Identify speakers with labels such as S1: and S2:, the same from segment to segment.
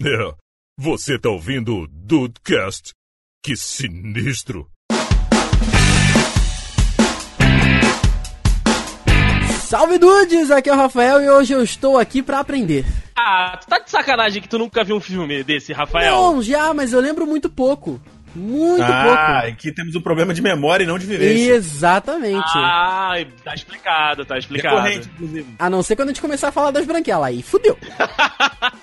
S1: É, você tá ouvindo o Dudecast? Que sinistro!
S2: Salve dudes, aqui é o Rafael e hoje eu estou aqui pra aprender.
S3: Ah, tu tá de sacanagem que tu nunca viu um filme desse, Rafael?
S2: Não, já, mas eu lembro muito pouco. Muito
S4: ah, é que temos um problema de memória e não de
S2: pouco.
S4: vivência.
S2: Exatamente.
S3: Ah, tá explicado, tá explicado.
S4: Recorrente, É inclusive.
S2: A não ser quando a gente começar a falar das branquelas, aí fudeu.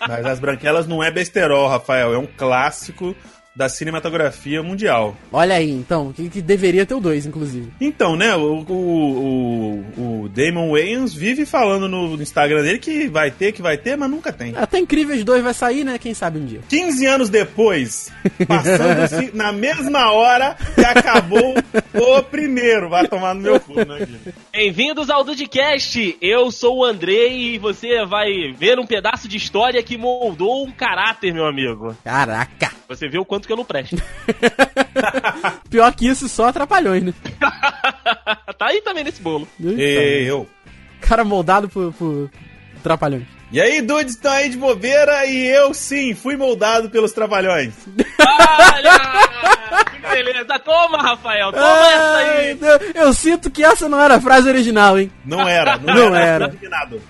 S4: Mas as branquelas não é besterol, Rafael. É um clássico da cinematografia mundial.
S2: Olha aí, então, que, que deveria ter o dois, inclusive.
S4: Então, né, o, o, o, o Damon Wayans vive falando no Instagram dele que vai ter, que vai ter, mas nunca tem.
S2: Até Incríveis dois vai sair, né? Quem sabe um dia.
S4: 15 anos depois, passando-se na mesma hora que acabou o primeiro. Vai tomar no meu cu, né, Guilherme?
S3: Bem-vindos ao Dudcast. Eu sou o Andrei e você vai ver um pedaço de história que moldou um caráter, meu amigo.
S2: Caraca!
S3: Você vê o quanto que eu não presto.
S2: Pior que isso, só atrapalhões, né?
S3: tá aí também nesse bolo.
S2: Então.
S4: E eu.
S2: Cara moldado por, por trapalhões.
S4: E aí, dudes, estão aí de bobeira e eu sim, fui moldado pelos trabalhões.
S3: Olha! Que beleza! Toma, Rafael! Toma essa
S2: Ai,
S3: aí!
S2: Deus, Eu sinto que essa não era a frase original, hein?
S4: Não era, não,
S2: Não
S4: era.
S2: era.
S4: fui indignado.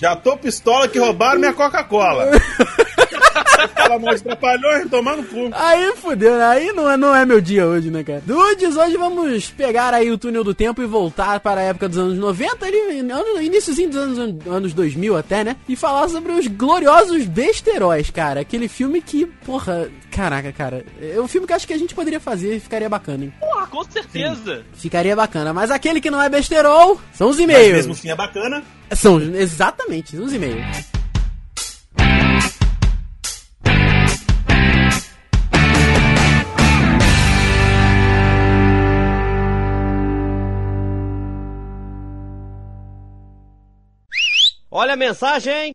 S4: Já tô pistola que roubaram minha Coca-Cola. Fala mal de trapalhões, tomando cu.
S2: Aí fudeu, né? aí não é, não é meu dia hoje, né, cara? Dudes, hoje vamos pegar aí o túnel do tempo e voltar para a época dos anos 90, ali, ano- iniciozinho dos anos, anos 2000 até, né? E falar sobre os gloriosos Besteróis, cara. Aquele filme que, porra, caraca, cara. É um filme que eu acho que a gente poderia fazer e ficaria bacana, hein?
S3: Porra, com certeza!
S2: Ficaria bacana, mas aquele que não é besterol são os
S4: Mas
S2: e-mails.
S4: mesmo assim é bacana.
S2: São, exatamente, são os e-mails.
S5: Olha a mensagem!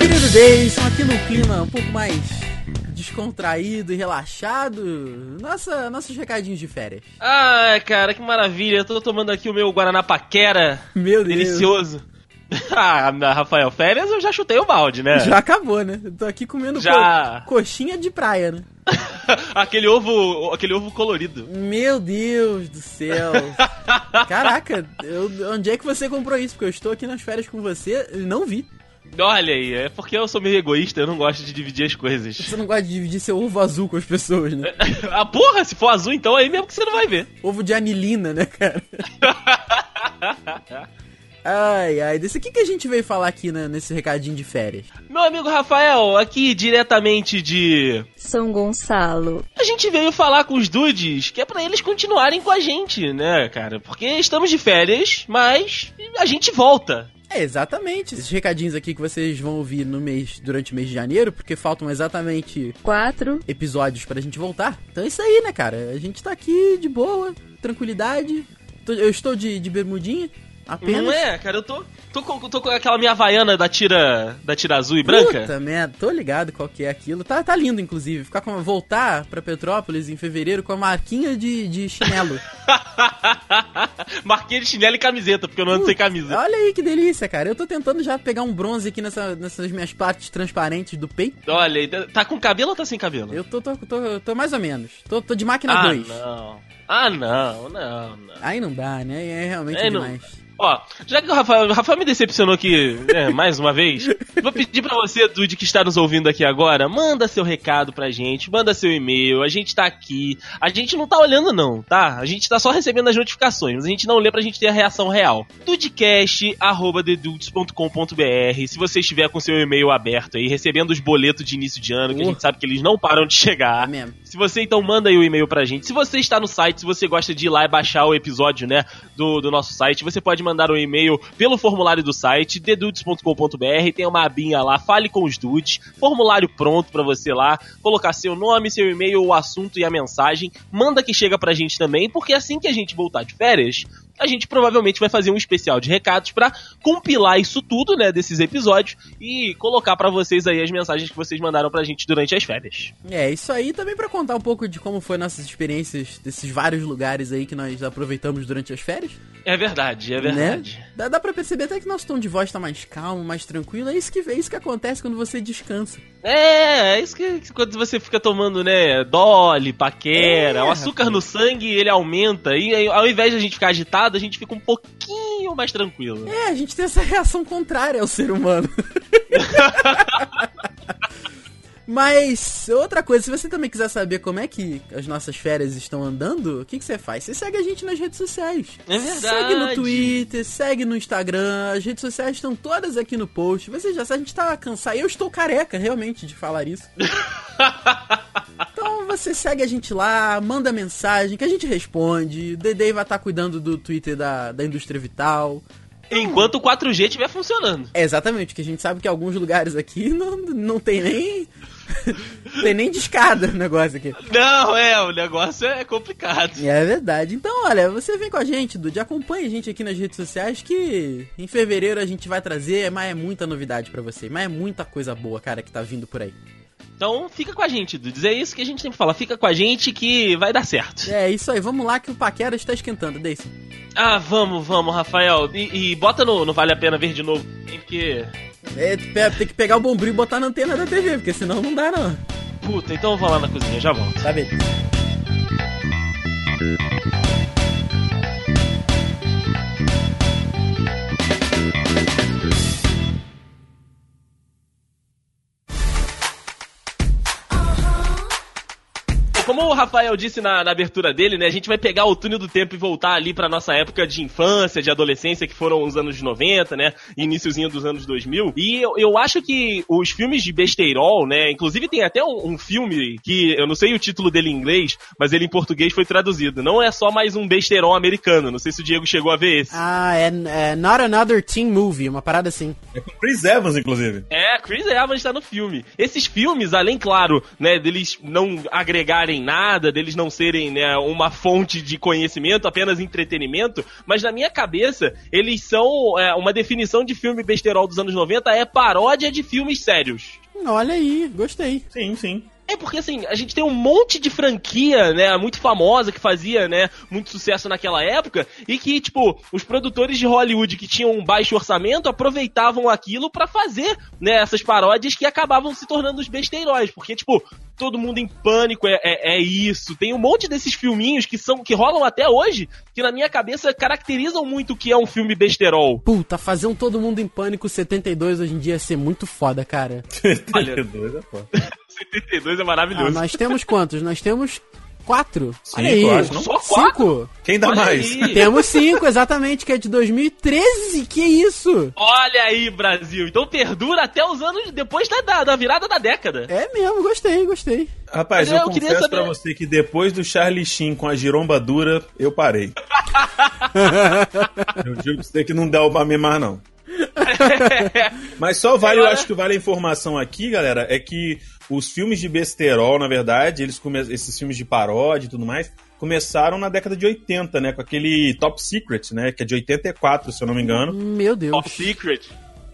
S2: Querido Day, estão aqui no clima um pouco mais descontraído e relaxado. Nossa, nossos recadinhos de férias.
S3: Ai, cara, que maravilha! Eu tô tomando aqui o meu Guaraná Paquera.
S2: Meu Deus.
S3: Delicioso. Ah, na Rafael, férias eu já chutei o balde, né?
S2: Já acabou, né? Eu tô aqui comendo
S3: Já.
S2: co- coxinha de praia, né?
S3: aquele ovo, aquele ovo colorido.
S2: Meu Deus do céu. Caraca, eu- onde é que você comprou isso? Porque eu estou aqui nas férias com você e não vi.
S3: Olha aí, é porque eu sou meio egoísta, eu não gosto de dividir as coisas.
S2: Você não gosta de dividir seu ovo azul com as pessoas, né?
S3: ah, porra, se for azul então aí mesmo que você não vai ver.
S2: Ovo de anilina, né, cara? Ai, ai, desse aqui que a gente veio falar aqui né, nesse recadinho de férias.
S3: Meu amigo Rafael, aqui diretamente de
S6: São Gonçalo.
S3: a gente veio falar com os dudes que é pra eles continuarem com a gente, né, cara? Porque estamos de férias, mas a gente volta.
S2: É, exatamente. Esses recadinhos aqui que vocês vão ouvir no mês, durante o mês de janeiro, porque faltam exatamente
S6: 4.
S2: episódios pra gente voltar. Então é isso aí, né, cara? A gente tá aqui de boa, tranquilidade. Tô- Eu estou de, de bermudinha, apenas.
S3: Não é, cara, eu tô tô com, tô com aquela minha havaiana da tira da tira azul e branca.
S2: Puta merda, tô ligado qual que é aquilo. Tá, tá lindo, inclusive. Ficar com, voltar pra Petrópolis em fevereiro com a marquinha de, de chinelo.
S3: Marquinha de chinelo e camiseta, porque eu não ando sem camisa.
S2: Olha aí que delícia, cara. Eu tô tentando já pegar um bronze aqui nessa- nessas minhas partes transparentes do peito.
S3: Olha, aí, tá com cabelo ou tá sem cabelo?
S2: Eu tô, tô, tô, tô mais ou menos. Tô, tô de máquina
S3: ah,
S2: 2.
S3: não. Ah, não, não, não.
S2: Aí não dá, né? É realmente
S3: Aí não-
S2: demais.
S3: Ó, já que o Rafael, o Rafael me decepcionou aqui né, mais uma vez, vou pedir pra você, Dude, que está nos ouvindo aqui agora, manda seu recado pra gente, manda seu e-mail, a gente tá aqui. A gente não tá olhando, não, tá? A gente tá só recebendo as notificações, mas a gente não lê pra gente ter a reação real. Dudecast.com.br Se você estiver com seu e-mail aberto aí, recebendo os boletos de início de ano, que a
S2: Uh.
S3: gente sabe que eles não param de chegar.
S2: É mesmo.
S3: Se você então manda aí o e-mail pra gente. Se você está no site, se você gosta de ir lá e baixar o episódio, né, do, do nosso site, você pode mandar um e-mail pelo formulário do site, dedudes.com.br, tem uma abinha lá, fale com os dudes, formulário pronto pra você lá, colocar seu nome, seu e-mail, o assunto e a mensagem. Manda que chega pra gente também, porque assim que a gente voltar de férias, a gente provavelmente vai fazer um especial de recados pra compilar isso tudo, né, desses episódios e colocar pra vocês aí as mensagens que vocês mandaram pra gente durante as férias.
S2: É, isso aí também pra contar um pouco de como foi nossas experiências desses vários lugares aí que nós aproveitamos durante as férias.
S3: É verdade, é verdade.
S2: Né? Dá, dá pra perceber até que nosso tom de voz tá mais calmo, mais tranquilo. É isso que, é isso que acontece quando você descansa.
S3: É, é isso que que quando você fica tomando, né, dole, paquera,
S2: É,
S3: o açúcar no sangue, ele aumenta. E aí, ao invés de a gente ficar agitado, a gente fica um pouquinho mais tranquilo.
S2: É, a gente tem essa reação contrária ao ser humano. Mas outra coisa, se você também quiser saber como é que as nossas férias estão andando, o que, que você faz? Você segue a gente nas redes sociais.
S3: É verdade.
S2: Segue no Twitter, segue no Instagram, as redes sociais estão todas aqui no post. Você já sabe, a gente tá cansado. Eu estou careca, realmente, de falar isso. Então você segue a gente lá, manda mensagem que a gente responde. O Dedei vai estar cuidando do Twitter da, da Indústria Vital.
S3: Enquanto o 4G estiver funcionando.
S2: É exatamente, que a gente sabe que alguns lugares aqui não, não tem nem. tem nem descada o negócio aqui.
S3: Não, é, o negócio é complicado.
S2: E É verdade. Então, olha, você vem com a gente, Dude. Acompanha a gente aqui nas redes sociais que em fevereiro a gente vai trazer, mas é muita novidade pra você. Mas é muita coisa boa, cara, que tá vindo por aí.
S3: Então fica com a gente, Dudes. É isso que a gente sempre fala. Fica com a gente que vai dar certo.
S2: É isso aí, vamos lá que o Paquera está esquentando, Deice.
S3: Ah, vamos, vamos, Rafael. E, e bota no, no Vale a Pena Ver de novo. hein, Porque.
S2: É, pe- tem que pegar o bombril e botar na antena da TV, porque senão não dá, não.
S3: Puta, então eu vou lá na cozinha, já volto.
S2: Tá bem.
S3: Como o Rafael disse na, na abertura dele, né? A gente vai pegar o túnel do tempo e voltar ali pra nossa época de infância, de adolescência, que foram os anos 90, né? Iniciozinho dos anos 2000. E eu, eu acho que os filmes de besteirol, né? Inclusive tem até um, um filme que eu não sei o título dele em inglês, mas ele em português foi traduzido. Não é só mais um besteirol americano. Não sei se o Diego chegou a ver esse.
S2: Ah, é, é Not Another Teen Movie, uma parada assim.
S4: É com Chris Evans, inclusive.
S3: É, Chris Evans tá no filme. Esses filmes, além, claro, né, deles não agregarem nada, deles não serem né, uma fonte de conhecimento, apenas entretenimento, mas na minha cabeça, eles são é, uma definição de filme besterol dos anos 90 é paródia de filmes sérios.
S2: Olha aí, gostei.
S4: Sim, sim.
S3: É porque assim, a gente tem um monte de franquia, né, muito famosa que fazia, né, muito sucesso naquela época e que, tipo, os produtores de Hollywood que tinham um baixo orçamento aproveitavam aquilo pra fazer, né, essas paródias que acabavam se tornando os besteiróis, porque tipo, todo mundo em pânico é, é, é isso. Tem um monte desses filminhos que são que rolam até hoje, que na minha cabeça caracterizam muito o que é um filme besterol.
S2: Puta, fazer um Todo Mundo em Pânico 72 hoje em dia ia ser muito foda, cara.
S3: Olha.
S4: 32 é foda.
S3: 72 é
S2: Ah,
S3: maravilhoso.
S2: nós temos quantos? Nós temos quatro.
S4: Cinco, acho, não?
S2: Só
S3: Só
S2: quatro?
S3: quatro?
S4: Quem dá
S3: Olha
S4: mais?
S3: aí.
S2: Temos cinco, exatamente, que é de 2013. Que isso?
S3: Olha aí, Brasil. Então perdura até os anos depois da, da, da virada da década.
S2: É mesmo, gostei, gostei.
S4: Rapaz, eu,
S3: Eu queria
S4: confesso
S3: saber-
S4: pra você que depois do Charlie Sheen com a giromba dura, eu parei. eu digo pra você que não dá o pra mais não. Mas só vale, eu acho que vale a informação aqui, galera, é que os filmes de besterol, na verdade, eles come... esses filmes de paródia e tudo mais, começaram na década de 80, né? Com aquele Top Secret, né? Que é de 84, se eu não me engano.
S2: Meu
S3: Top
S2: Deus.
S3: Secret.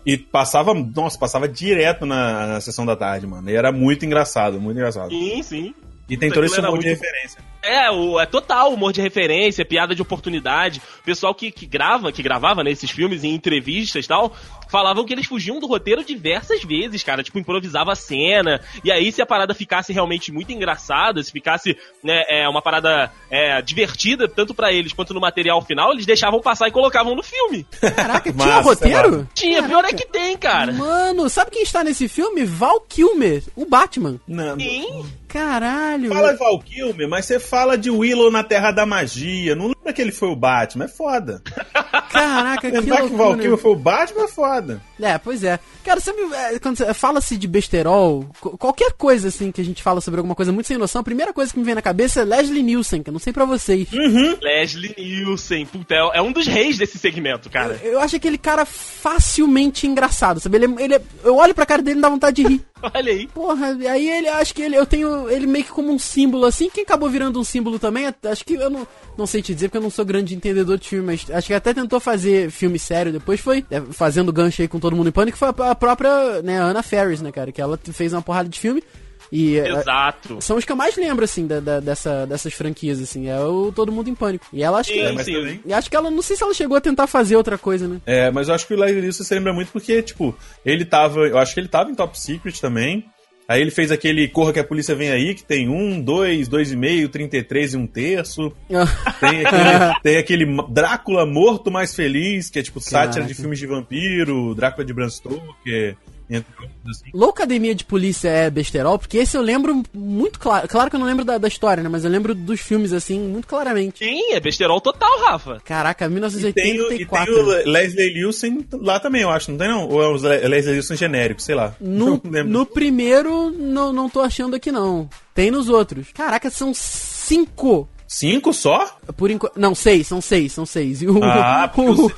S4: E passava, nossa, passava direto na, na sessão da tarde, mano. E era muito engraçado, muito engraçado.
S3: Sim, sim.
S4: E tem todo
S3: Aquilo
S4: esse
S3: era
S4: humor de
S3: muito-
S4: referência.
S3: É, o, é total humor de referência, piada de oportunidade. O pessoal que, que grava, que gravava né, esses filmes em entrevistas e tal, falavam que eles fugiam do roteiro diversas vezes, cara. Tipo, improvisava a cena. E aí, se a parada ficasse realmente muito engraçada, se ficasse né, é, uma parada é, divertida, tanto pra eles quanto no material final, eles deixavam passar e colocavam no filme.
S2: Caraca, tinha
S4: Massa,
S2: roteiro?
S3: Tinha, pior é que tem, cara.
S2: Mano, sabe quem está nesse filme? Val Kilmer, o Batman.
S4: Não,
S3: Sim.
S2: Caralho.
S4: Fala de Val Kilmer, mas você fala de Willow na Terra da Magia. Não lembra que ele foi o Batman, é foda.
S2: Caraca, que
S4: Lembrar que o Val
S2: loucura.
S4: Kilmer foi o Batman é foda.
S2: É, pois é. Cara, sempre é, quando você- fala-se de besterol, qu- qualquer coisa assim que a gente fala sobre alguma coisa muito sem noção, a primeira coisa que me vem na cabeça é Leslie Nielsen, que eu não sei pra vocês.
S4: Hum?
S3: Leslie Nielsen, puta, é é um dos reis desse segmento, cara.
S2: Eu acho aquele cara facilmente engraçado, sabe? Ele, é- ele é- eu olho pra cara dele e dá vontade de rir.
S3: Olha aí.
S2: Porra, e aí ele acho é, que ele eu tenho ele meio que como um símbolo assim, que acabou virando um símbolo também, acho que eu não, não sei te dizer porque eu não sou grande entendedor de filme, mas acho que até tentou fazer filme sério depois, foi é, fazendo gancho aí com todo mundo em pânico, foi a a própria né, Anna Ferris, né, cara? Que ela fez uma porrada de filme. E é,
S3: Exato.
S2: são os que eu mais lembro, assim, da- da- dessa, dessas franquias, assim. É o Todo Mundo em Pânico. E ela acho que.
S3: Sim,
S4: É, mas
S3: sim.
S4: também-
S2: E acho que ela, não sei se ela chegou a tentar fazer outra coisa, né?
S4: É, mas eu acho que o Larry Wilson se lembra muito porque, tipo, ele tava. Eu acho que ele tava em Top Secret também. Aí ele fez aquele Corra que a Polícia Vem Aí, que tem um, dois, dois e meio, trinta e três e um terço. Tem aquele, tem aquele Drácula Morto Mais Feliz, que é tipo sátira de
S2: Caraca.
S4: filmes de vampiro, Drácula de Bram Stoker, entre outros, assim.
S2: Loucademia de Polícia é besterol, porque esse eu lembro muito claro. Claro que eu não lembro da, da história, né? Mas eu lembro dos filmes, assim, muito claramente.
S3: Sim, é besterol total, Rafa.
S2: Caraca,
S4: E tem, o, e tem
S2: 1984.
S4: o Le- Leslie Nielsen lá também, eu acho, não tem não? Ou é o Le- Leslie Nielsen genérico, sei lá.
S2: No,
S4: não lembro.
S2: no primeiro, não, não tô achando aqui, não. Tem nos outros. Caraca, são cinco.
S4: Cinco só?
S2: Por enquanto. Não, seis, são seis, são seis. E o.
S4: Ah, porque
S2: o,
S4: o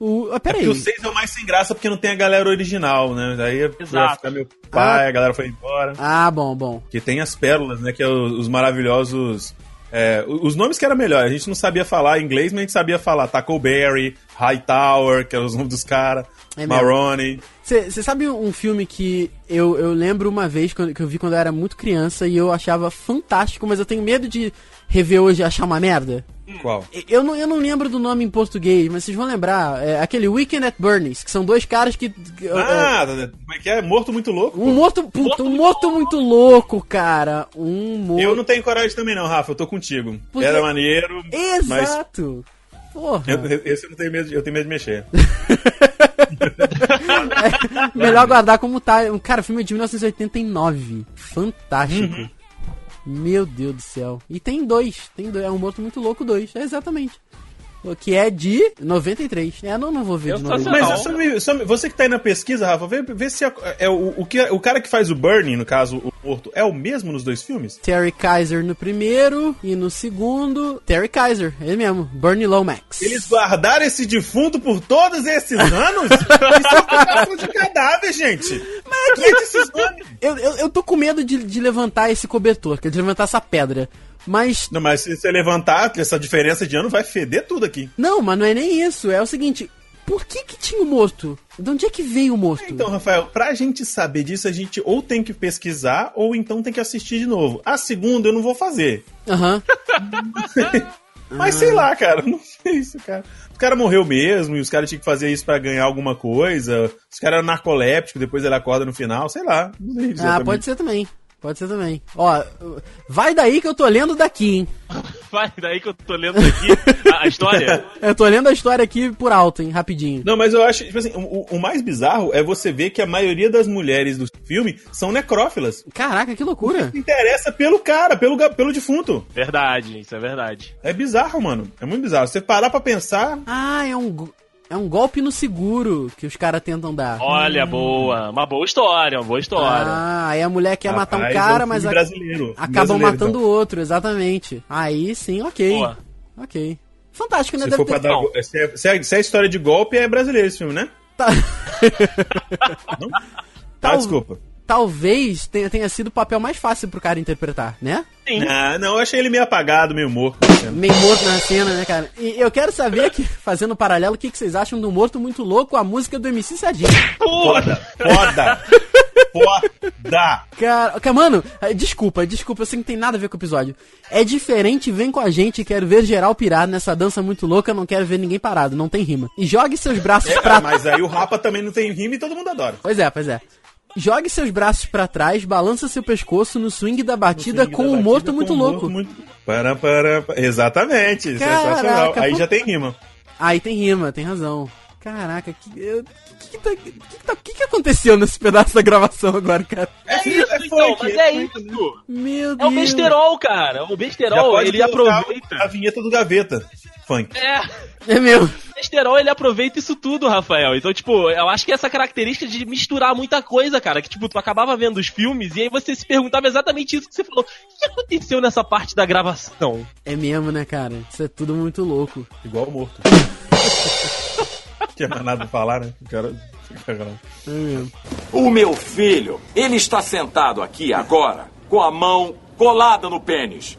S2: o, ah, Peraí.
S4: Porque o 6 é o mais sem graça porque não tem a galera original, né? Daí vai
S3: Exato.
S4: ficar meu pai, a galera foi embora.
S2: Ah, bom, bom.
S4: Que tem as pérolas, né? Que é o- os, maravilhosos. é, o- os nomes que era melhor, a gente não sabia falar inglês, mas a gente sabia falar Tackleberry, Hightower, que eram os nomes dos caras,
S2: É mesmo.
S4: Maroni.
S2: Você sabe um filme que eu, eu lembro uma vez quando- que eu vi quando eu era muito criança e eu achava fantástico, mas eu tenho medo de rever hoje e achar uma merda?
S4: Qual?
S2: Eu não, eu não lembro do nome em português, mas vocês vão lembrar. É aquele Weekend at Bernie's, que são dois caras que. que- é,
S4: Ah, como é que é? Morto muito louco?
S2: um morto. Puta, um morto muito louco, cara. Um morto.
S4: Eu não tenho coragem também, não, Rafa. Eu tô contigo.
S2: Porque-
S4: Era maneiro. Mas
S2: Exato! Porra!
S4: eu, eu- esse eu não tenho medo de, eu tenho medo de mexer.
S2: Melhor guardar como tá. Cara, o filme é de 1989. Fantástico. Meu Deus do céu. E tem dois. Tem dois. É um morto muito louco dois. É exatamente. O que é de 93. É, não, não vou ver
S3: Eu
S2: de
S3: só
S2: 93.
S4: Mas
S3: Não.
S4: eu só me- só me- você que tá aí na pesquisa, Rafa, vê, vê se é, é o, o, que, o cara que faz o Burning, no caso, o morto, é o mesmo nos dois filmes?
S2: Terry Kaiser no primeiro e no segundo. Terry Kaiser, ele mesmo. Bernie Lomax.
S4: Eles guardaram esse defunto por todos esses anos? Isso é ocupação de cadáver, gente! Mas que esses nomes?
S2: Eu, eu, eu tô com medo de, de levantar esse cobertor, que é de levantar essa pedra. Mas
S4: Não, mas se você levantar, essa diferença de ano vai feder tudo aqui.
S2: Não, mas não é nem isso. É o seguinte, por que que tinha o morto? De onde é que veio o morto?
S4: Então, Rafael, pra gente saber disso, a gente ou tem que pesquisar, ou então tem que assistir de novo. A segunda eu não vou fazer.
S2: Aham.
S4: Mas
S2: Ah.
S4: sei lá, cara, não sei isso, cara. Os caras morreu mesmo e os caras tinham que fazer isso pra ganhar alguma coisa. Os caras eram narcolépticos, depois ele acorda no final, sei lá. Não sei
S2: Ah, pode ser também. Pode ser também. Ó, vai daí que eu tô lendo daqui, hein?
S3: Vai, daí que eu tô lendo aqui a, a história.
S2: Eu tô lendo a história aqui por alto, hein? Rapidinho.
S4: Não, mas eu acho, tipo assim, o, o mais bizarro é você ver que a maioria das mulheres do filme são necrófilas.
S2: Caraca, que loucura.
S4: Se Interessa pelo cara, pelo, ga- pelo defunto.
S3: Verdade, isso é verdade.
S4: É bizarro, mano. É muito bizarro. Você parar pra pensar.
S2: Ah, é um, go- é um golpe no seguro que os caras tentam dar.
S4: Hum.
S3: Olha, boa. Uma boa história, uma boa história.
S2: Ah, aí a mulher quer matar um
S4: rapaz,
S2: cara,
S4: é um
S2: mas
S4: filme
S2: a-
S4: brasileiro.
S2: acabam
S4: Brasileiro,
S2: matando
S4: então.
S2: o outro, exatamente. Aí sim, ok.
S3: Boa.
S2: Ok. Fantástico, né?
S4: Se for pra dar.
S3: Não.
S4: go- Se é, se é- se é história de golpe, é brasileiro esse filme, né?
S2: Tá-
S4: Tá,
S2: Tal-
S4: Ah, desculpa.
S2: talvez tenha, tenha sido o papel mais fácil pro cara interpretar, né?
S3: Sim.
S4: Ah, não, eu achei ele meio apagado, meio morto.
S2: Meio morto na cena, né, cara? E eu quero saber, que, fazendo um paralelo, o que, que vocês acham do Morto Muito Louco, a música do MC Sadinho.
S4: Foda, foda, foda.
S2: Cara, cara, mano, eh, desculpa, desculpa, eu sei que não tem nada a ver com o episódio. É diferente, vem com a gente, quero ver geral pirado nessa dança muito louca, não quero ver ninguém parado, não tem rima. E jogue seus braços pra
S4: É, mas aí o Rapa também não tem rima e todo mundo adora.
S2: Pois é, pois é. Jogue seus braços pra trás, balança seu pescoço no swing da batida com o morto muito
S4: Com o
S2: louco.
S4: muito- Pará, pará, pa- Exatamente,
S2: Caraca,
S4: sensacional. Aí
S2: pô.
S4: já tem rima.
S2: Aí tem rima, tem razão. Caraca, que eu- que, que, tá- que, que, tá- que que aconteceu nesse pedaço da gravação agora, cara?
S3: É isso,
S4: é
S3: então,
S4: funk,
S3: mas
S4: é
S3: é
S4: funk.
S3: isso.
S2: Meu Deus.
S3: É o besterol, cara. É O
S4: Já
S3: besterol,
S4: pode
S3: ele
S4: colocar A
S3: aproveita.
S4: vinheta do Gaveta. Funk.
S3: É.
S2: É meu.
S3: besterol ele aproveita isso tudo, Rafael. Então, tipo, eu acho que essa característica de misturar muita coisa, cara. Que, tipo, tu acabava vendo os filmes e aí você se perguntava exatamente isso que você falou. O que aconteceu nessa parte da gravação?
S2: É mesmo, né, cara? Isso é tudo muito louco.
S4: Igual o morto. Tinha mais nada pra falar, né? O cara.
S2: É mesmo.
S5: O meu filho, ele está sentado aqui agora, com a mão colada no pênis.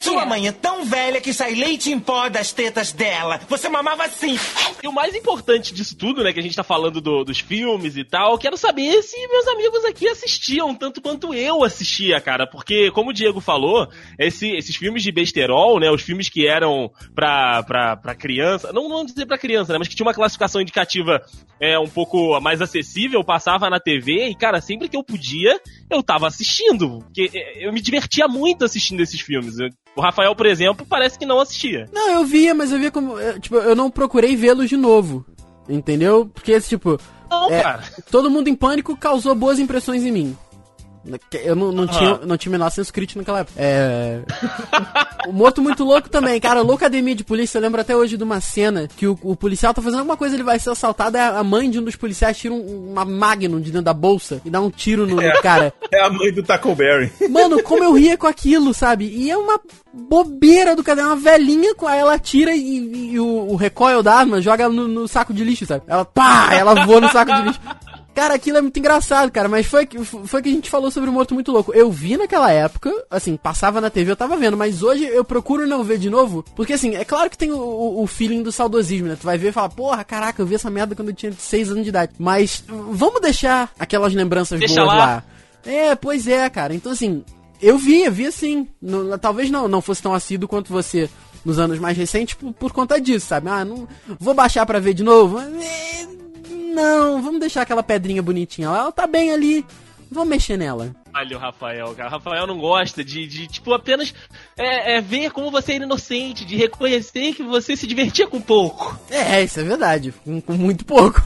S6: Sua mãe é tão velha que sai leite em pó das tetas dela. Você mamava assim.
S3: E o mais importante disso tudo, né, que a gente tá falando do- dos filmes e tal, quero saber se meus amigos aqui assistiam tanto quanto eu assistia, cara. Porque, como o Diego falou, esse- esses filmes de besterol, né, os filmes que eram pra, pra, pra criança, não vamos dizer pra criança, né, mas que tinha uma classificação indicativa é, um pouco mais acessível, passava na TV e, cara, sempre que eu podia, eu tava assistindo. Porque é, eu me divertia muito assistindo esses filmes. Eu- O Rafael, por exemplo, parece que não assistia.
S2: Não, eu via, mas eu via como. eu, Tipo, eu não procurei vê-los de novo. Entendeu? Porque, tipo,
S3: Não,
S2: É.
S3: cara.
S2: todo mundo em pânico causou boas impressões em mim. Eu não, não
S3: Aham.
S2: tinha, não tinha o menor senso crítico naquela época. É. o Moto Muito Louco também, cara. Loucademia de polícia. Eu lembro até hoje de uma cena que o, o policial tá fazendo alguma coisa, ele vai ser assaltado. aí A mãe de um dos policiais tira um- uma Magnum de dentro da bolsa e dá um tiro no, no cara.
S4: É a mãe do Taco Berry.
S2: Mano, como eu ria com aquilo, sabe? E é uma bobeira do caderno, uma velhinha com aí ela tira e, e o, o recoil da arma joga no, no saco de lixo, sabe? Ela pá, ela voa no saco de lixo. Cara, aquilo é muito engraçado, cara, mas foi, que- foi que a gente falou sobre o Morto Muito Louco. Eu vi naquela época, assim, passava na TV, eu tava vendo, mas hoje eu procuro não ver de novo, porque assim, é claro que tem o, o- o feeling do saudosismo, né? Tu vai ver e fala, porra, caraca, eu vi essa merda quando eu tinha 6 anos de idade. Mas vamos deixar aquelas lembranças
S3: Deixa
S2: boas
S3: lá.
S2: lá. É, pois é, cara. Então, assim, eu via, via sim. No- talvez não, não fosse tão assíduo quanto você nos anos mais recentes por, por conta disso, sabe? Ah, não vou baixar pra ver de novo. Mas, é, Não, vamos deixar aquela pedrinha bonitinha lá. Ela tá bem ali. Não Vamos mexer nela.
S3: Olha o Rafael, cara. O Rafael não gosta de, de, tipo, apenas é, é, ver como você era inocente, de reconhecer que você se divertia com pouco.
S2: É, isso é verdade. Com, com muito pouco.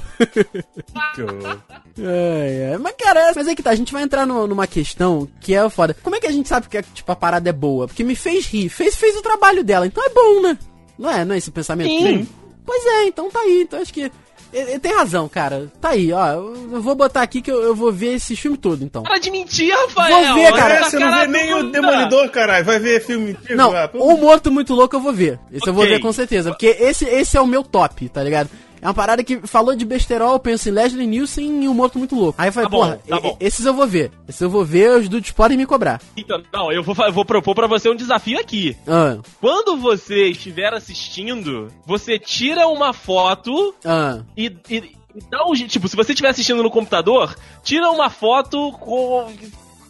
S4: Que horror.
S2: É, é. Mas, cara, é- mas é que tá, a gente vai entrar no- numa questão que é foda. Como é que a gente sabe que tipo, a parada é boa? Porque me fez rir, fez, fez o trabalho dela, então é bom, né? Não é, não é esse o pensamento?
S3: Sim.
S2: Pois é, então tá aí, então acho que... Ele tem razão, cara. Tá aí, ó. Eu eu vou botar aqui que eu, eu vou ver esse filme todo, então.
S3: Para de mentir, Rafael!
S2: Vou ver, cara.
S4: É,
S3: Olha
S4: você
S3: essa
S4: não vê
S3: cara
S4: nem o
S3: dura.
S4: Demolidor, caralho. Vai ver filme antigo?
S2: Não, um-
S4: Ah, pô.
S2: o Morto Muito Louco eu vou ver. Esse eu vou
S3: Ok.
S2: ver com certeza. Porque esse, esse é o meu top, tá ligado? É uma parada que falou de besterol, eu penso em Leslie Nielsen e o Morto Muito Louco. Aí eu falei,
S3: Tá bom,
S2: porra,
S3: tá
S2: e-
S3: bom.
S2: esses eu vou ver. Esses eu vou ver, os dudes podem me cobrar.
S3: Então, não, eu vou, fa- eu vou propor pra você um desafio aqui.
S2: Ah,
S3: Quando você estiver assistindo, você tira uma foto
S2: ah.
S3: e. e- e dá um je- tipo, se você estiver assistindo no computador, tira uma foto com.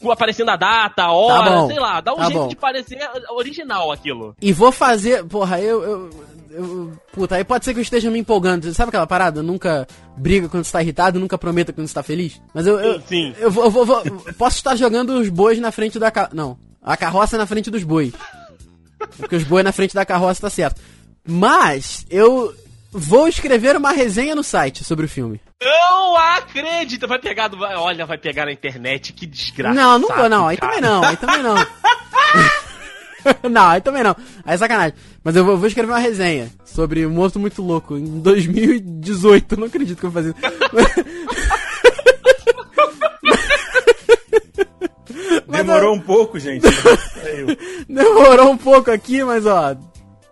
S3: com aparecendo a data, a hora,
S2: bom.
S3: sei lá, dá um
S2: Tá
S3: jeito
S2: bom.
S3: de parecer original aquilo.
S2: E vou fazer. Porra, eu, eu, eu- Puta, aí pode ser que eu esteja me empolgando. Sabe aquela parada? Nunca briga quando você tá irritado, nunca prometa quando você tá feliz. Mas eu. eu
S3: Sim.
S2: Eu, vou, eu vou- vou- Posso estar jogando os bois na frente da. Ca... Não. A carroça na frente dos bois. Porque os bois na frente da carroça tá certo. Mas, eu. Vou escrever uma resenha no site sobre o filme.
S3: Não acredito! Vai pegar do. vai- Olha, vai pegar na internet, que desgraça.
S2: Não, não vou, não. Aí
S3: cara.
S2: também não, aí também não. não, aí também não. Aí é sacanagem. Mas eu vou, vou escrever uma resenha sobre um monstro muito louco em 2018. Eu não acredito que eu vou fazer isso. Mas-
S4: Demorou um pouco, gente. Saiu.
S2: Demorou um pouco aqui, mas ó.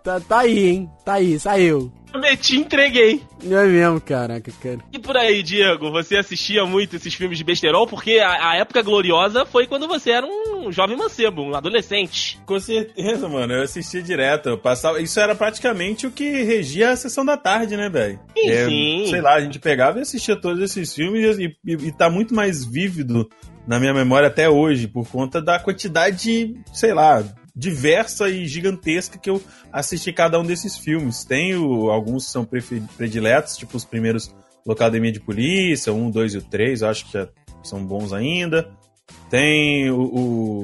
S2: Tá, tá aí, hein? Tá aí, saiu.
S3: Prometi, entreguei.
S2: É mesmo, caraca, cara.
S3: E por aí, Diego, você assistia muito esses filmes de besterol? Porque a, a época gloriosa foi quando você era um jovem mancebo, um adolescente.
S4: Com certeza, mano. Eu assistia direto. Eu passava... Isso era praticamente o que regia a sessão da tarde, né, velho?
S3: Sim, sim.
S4: Sei lá, a gente pegava e assistia todos esses filmes e, e, e tá muito mais vívido na minha memória até hoje, por conta da quantidade, sei lá, diversa e gigantesca que eu assisti cada um desses filmes. Tem o- alguns que são prefe- prediletos, tipo os primeiros Locademia de Polícia, um, dois e o três, eu acho que já são bons ainda. Tem o,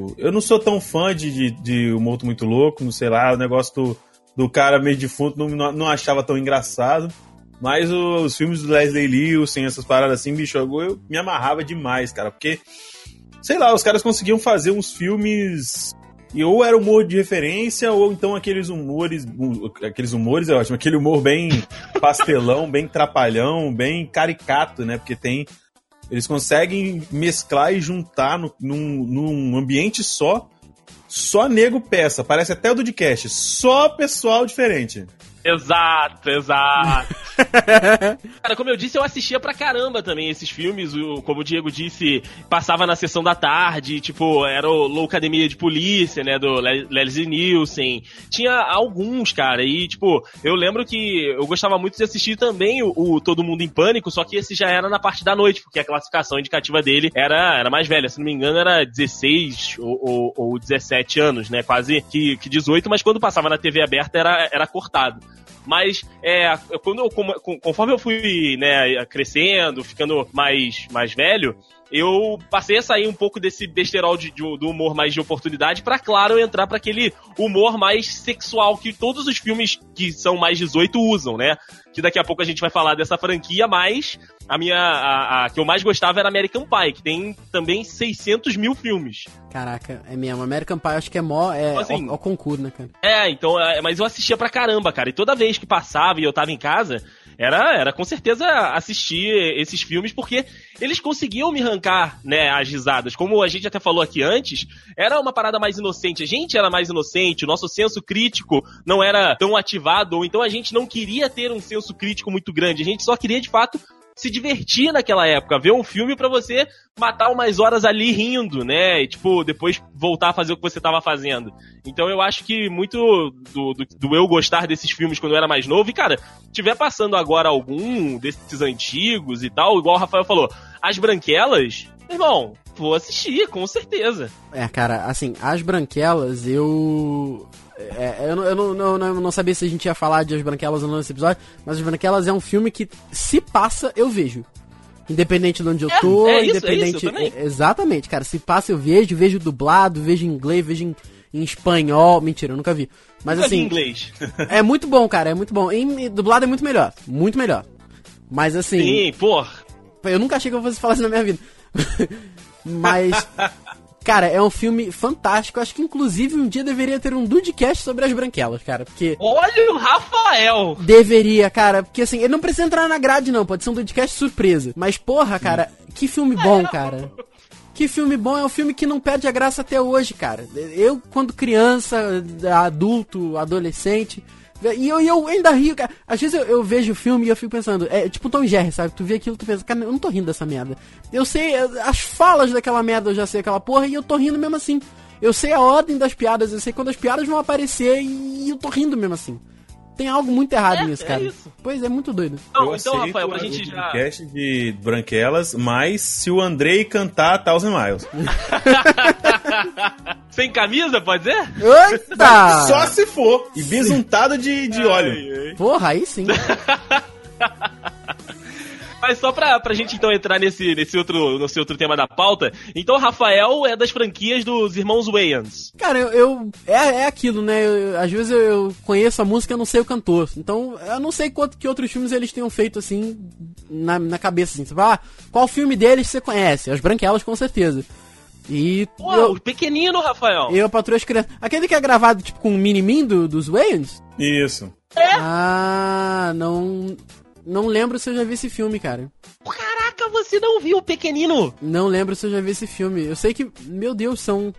S4: o- Eu não sou tão fã de, de, de O Morto Muito Louco, não sei lá, o negócio do, do cara meio defunto não, não, não achava tão engraçado. Mas o- os filmes do Leslie Nielsen, essas paradas assim, bicho, eu, eu me amarrava demais, cara, porque. Sei lá, os caras conseguiam fazer uns filmes. E ou era humor de referência, ou então aqueles humores. hum, Aqueles humores é ótimo, aquele humor bem pastelão, bem trapalhão, bem caricato, né? Porque tem eles conseguem mesclar e juntar no- num, num ambiente só. Só nego peça. Parece até o do Dudcast. Só pessoal diferente.
S3: Exato, exato. Cara, como eu disse, eu assistia pra caramba também esses filmes. o- Como o Diego disse, passava na sessão da tarde, tipo, era o Loucademia de Polícia, né, do Le- Leslie Nielsen. Tinha alguns, cara, e tipo, eu lembro que eu gostava muito de assistir também o, o Todo Mundo em Pânico, só que esse já era na parte da noite, porque a classificação indicativa dele era, era mais velha. Se não me engano, era 16 ou, ou, ou 17 anos, né, quase que, que 18, mas quando passava na TV aberta era, era cortado. Mas é, eu- quando eu, como- com- conforme eu fui né, crescendo, ficando mais, mais velho, eu passei a sair um pouco desse besterol de, de- do humor mais de oportunidade pra, claro, entrar pra aquele humor mais sexual que todos os filmes que são mais 18 usam, né? Que daqui a pouco a gente vai falar dessa franquia, mas a minha a, a que eu mais gostava era American Pie, que tem também 600 mil filmes.
S2: Caraca, é mesmo. American Pie acho que é mó. É
S3: Assim.
S2: ó, ó concurso, né, cara?
S3: É, então, é, mas eu assistia pra caramba, cara. E toda vez que passava e eu tava em casa, era, era com certeza assistir esses filmes, porque eles conseguiam me arrancar, né, as risadas. Como a gente até falou aqui antes, era uma parada mais inocente. A gente era mais inocente, o nosso senso crítico não era tão ativado, ou então a gente não queria ter um senso crítico muito grande. A gente só queria, de fato, se divertir naquela época, ver um filme pra você matar umas horas ali rindo, né? E, tipo, depois voltar a fazer o que você tava fazendo. Então eu acho que muito do, do- do eu gostar desses filmes quando eu era mais novo, e cara, tiver passando agora algum desses antigos e tal, igual o Rafael falou, As Branquelas, irmão, vou assistir, com certeza.
S2: É, cara, assim, as branquelas, eu. é, eu, não, eu não, não, não- não sabia se a gente ia falar de As Branquelas ou não nesse episódio, mas As Branquelas é um filme que, se passa, eu vejo. Independente de onde eu
S3: É,
S2: tô,
S3: é isso, é isso,
S2: independente.
S3: eu também.
S2: é, exatamente, cara, se passa, eu vejo, vejo dublado, vejo em inglês, vejo em, em espanhol. Mentira, eu nunca vi. Mas
S3: Nunca vi
S2: assim.
S3: inglês.
S2: É muito bom, cara, é muito bom. Em, em- dublado é muito melhor, muito melhor. Mas assim,
S3: Sim, pô.
S2: eu nunca achei que eu fosse falar isso na minha vida. Mas, cara, é um filme fantástico. Acho que inclusive um dia deveria ter um Dudecast sobre as branquelas, cara. Porque
S3: Olha o Rafael!
S2: deveria, cara. Porque assim, ele não precisa entrar na grade, não. Pode ser um Dudecast surpresa. Mas, porra, cara, que filme bom, cara. Que filme bom, é um filme que não perde a graça até hoje, cara. Eu, quando criança, adulto, adolescente. E eu, e eu ainda rio, cara. Às vezes eu, eu vejo o filme e eu fico pensando, é tipo Tom e Jerry, sabe? Tu vê aquilo, tu pensa, cara, eu não tô rindo dessa merda. Eu sei, eh, as falas daquela merda, eu já sei aquela porra, e eu tô rindo mesmo assim. Eu sei a ordem das piadas, eu sei quando as piadas vão aparecer e eu tô rindo mesmo assim. Tem algo muito errado
S3: É,
S2: nisso,
S3: é
S2: cara.
S3: isso.
S2: Pois é, muito doido.
S3: Então,
S4: Eu
S3: então
S4: aceito
S3: Rafael, pra
S4: o
S3: gente já.
S4: podcast de Branquelas, mas se o Andrei cantar Thousand Miles.
S3: Sem camisa, pode ser?
S2: Eita!
S4: Só se for. E besuntado de, de óleo.
S3: Ai, ai.
S2: Porra, aí sim.
S3: Mas só pra, pra gente então entrar nesse, nesse, outro, nesse outro tema da pauta, então Rafael é das franquias dos irmãos Wayans.
S2: Cara, eu. eu- é, é aquilo, né? Eu- eu- às vezes eu, eu conheço a música e eu não sei o cantor. Então, eu não sei quanto que outros filmes eles tenham feito assim na, na cabeça. Assim. Você fala, ah, qual filme deles você conhece? As Branquelas, com certeza. E.
S3: Pô,
S2: eu,
S3: o pequenino, Rafael.
S2: eu patrulho as crianças. Aquele que é gravado, tipo, com o Minimin do, dos Wayans?
S4: Isso.
S2: Ah, não. Não lembro se eu já vi esse filme, cara.
S3: Caraca, você não viu o pequenino?
S2: Não lembro se eu já vi esse filme. Eu sei que. Meu Deus, são.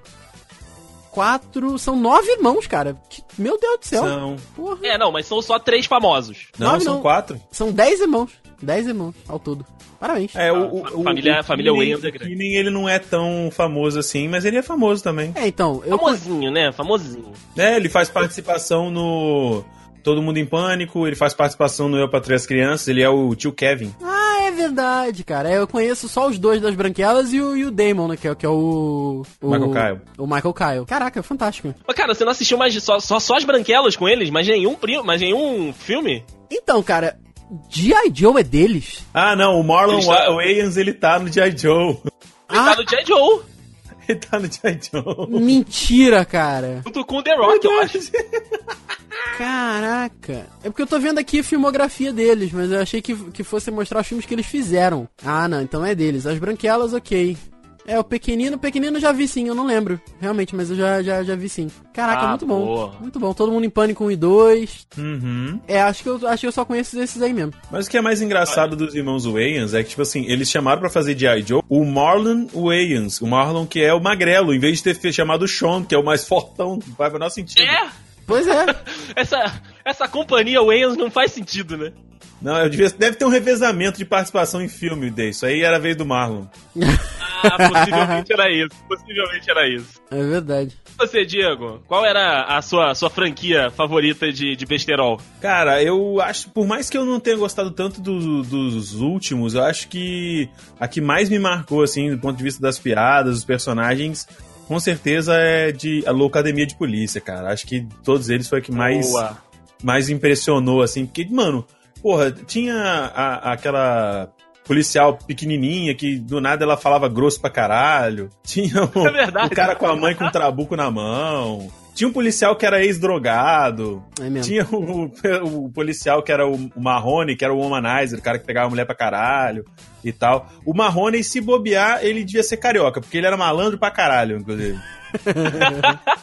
S2: Quatro. São nove irmãos, cara. Que- meu Deus do céu.
S4: São.
S2: Porra.
S3: É, não, mas são só três famosos.
S2: Então,
S4: Não,
S2: Nove
S4: são
S2: não.
S4: quatro.
S2: São 10 irmãos. 10 irmãos ao todo. Parabéns. É,
S4: É, o,
S3: a
S4: o, o,
S3: família-
S4: o
S3: a família
S4: Keenan-
S3: Wayans é grande.
S4: o Keenan, ele não é tão famoso assim, mas ele é famoso também.
S2: então, eu.
S3: Famosinho, né? Famosinho.
S4: É, ele faz participação no Todo Mundo em Pânico, ele faz participação no Eu Patrulho as Crianças, ele é o tio Kevin.
S2: Ah, é verdade, cara. É, Eu conheço só os dois das branquelas e o, e o Damon, né? Que é, que é o, o.
S4: Michael
S2: Kyle. O Michael Kyle. Caraca, é fantástico.
S3: Mas, cara, você não assistiu mais só, só, só as branquelas com eles? Mas nenhum, pri- mas nenhum filme?
S2: Então, cara, G.I. Joe é deles?
S4: Ah, não, o Marlon
S3: Ele está-
S4: Wayans, ele tá no G.I. Joe.
S3: Ele tá no J. Joe,
S4: Ele tá no G.I. Joe.
S2: Mentira, cara.
S3: junto com o The Rock, eu acho.
S2: Caraca. É porque eu tô vendo aqui a filmografia deles, mas eu achei que, que fosse mostrar os filmes que eles fizeram. Ah, não, então é deles. As branquelas, ok. É, o pequenino, o pequenino eu já vi sim, eu não lembro. Realmente, mas eu já, já, já vi sim. Caraca,
S3: Ah,
S2: muito bom.
S3: boa.
S2: Muito bom. Todo mundo em pânico 1 e 2.
S4: Uhum.
S2: É, acho que eu acho que eu só conheço esses aí mesmo.
S4: Mas o que é mais engraçado dos irmãos Wayans é que, tipo assim, eles chamaram pra fazer G.I. Joe o Marlon Wayans, o Marlon que é o magrelo, em vez de ter fe- chamado o Sean, que é o mais fortão, não faz o menor sentido.
S3: É,
S2: Pois é.
S3: essa, essa companhia Wayans não faz sentido, né?
S4: Não, eu devia- deve ter um revezamento de participação em filme disso. Aí era a vez do Marlon.
S3: Ah, possivelmente era isso. Possivelmente era isso.
S2: É verdade.
S3: Você, Diego, qual era a sua, sua franquia favorita de, de besterol?
S4: Cara, eu acho, por mais que eu não tenha gostado tanto do- dos últimos, eu acho que a que mais me marcou, assim, do ponto de vista das piadas, dos personagens, com certeza é de a Loucademia de Polícia, cara. Acho que todos eles foi a que mais,
S3: Boa.
S4: mais impressionou, assim, porque, mano, porra, tinha a- aquela policial pequenininha que do nada ela falava grosso pra caralho. Tinha o,
S3: É verdade.
S4: o cara com a mãe com um trabuco na mão. Tinha um policial que era ex-drogado.
S2: É mesmo.
S4: Tinha o, o- o policial que era o, o Marrone, que era o womanizer, o cara que pegava a mulher pra caralho e tal. O Marrone, se bobear, ele devia ser carioca, porque ele era malandro pra caralho, inclusive.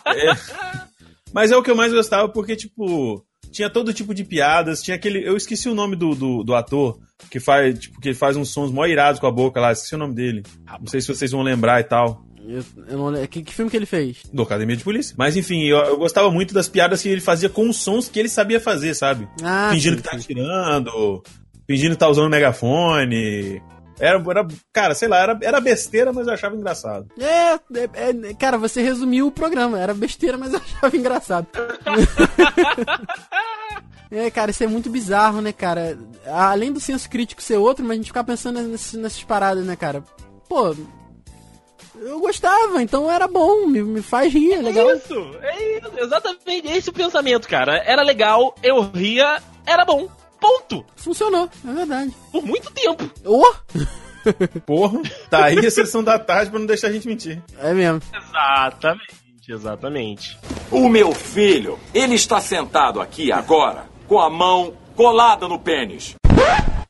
S4: É. Mas é o que eu mais gostava, porque, tipo, tinha todo tipo de piadas, tinha aquele... Eu esqueci o nome do, do, do ator, que faz, tipo, que ele faz uns sons mó irados com a boca lá, esqueci o nome dele. Não sei se vocês vão lembrar e tal
S2: Eu, eu não lembro. Que, que filme que ele fez?
S4: do Academia de Polícia. Mas enfim, eu, eu gostava muito das piadas que ele fazia com os sons que ele sabia fazer, sabe?
S2: Ah,
S4: fingindo
S2: sim,
S4: que tá
S2: sim.
S4: atirando, fingindo que tá usando megafone. Era, era- cara, sei lá, era, era besteira, mas eu achava engraçado.
S2: É, é- é- cara, você resumiu o programa. Era besteira, mas eu achava engraçado. é, cara, isso é muito bizarro, né, cara? Além do senso crítico ser outro, mas a gente ficar pensando nessas, nessas paradas, né, cara? Pô, eu gostava, então era bom, me, me faz rir, é legal.
S3: É isso, é isso, exatamente esse é o pensamento, cara. Era legal, eu ria, era bom. Ponto.
S2: Funcionou, é verdade.
S3: Por muito tempo.
S2: Oh!
S4: Porra, tá aí a sessão da tarde pra não deixar a gente mentir.
S2: É mesmo.
S3: Exatamente, exatamente.
S5: O meu filho, ele está sentado aqui agora, com a mão colada no pênis.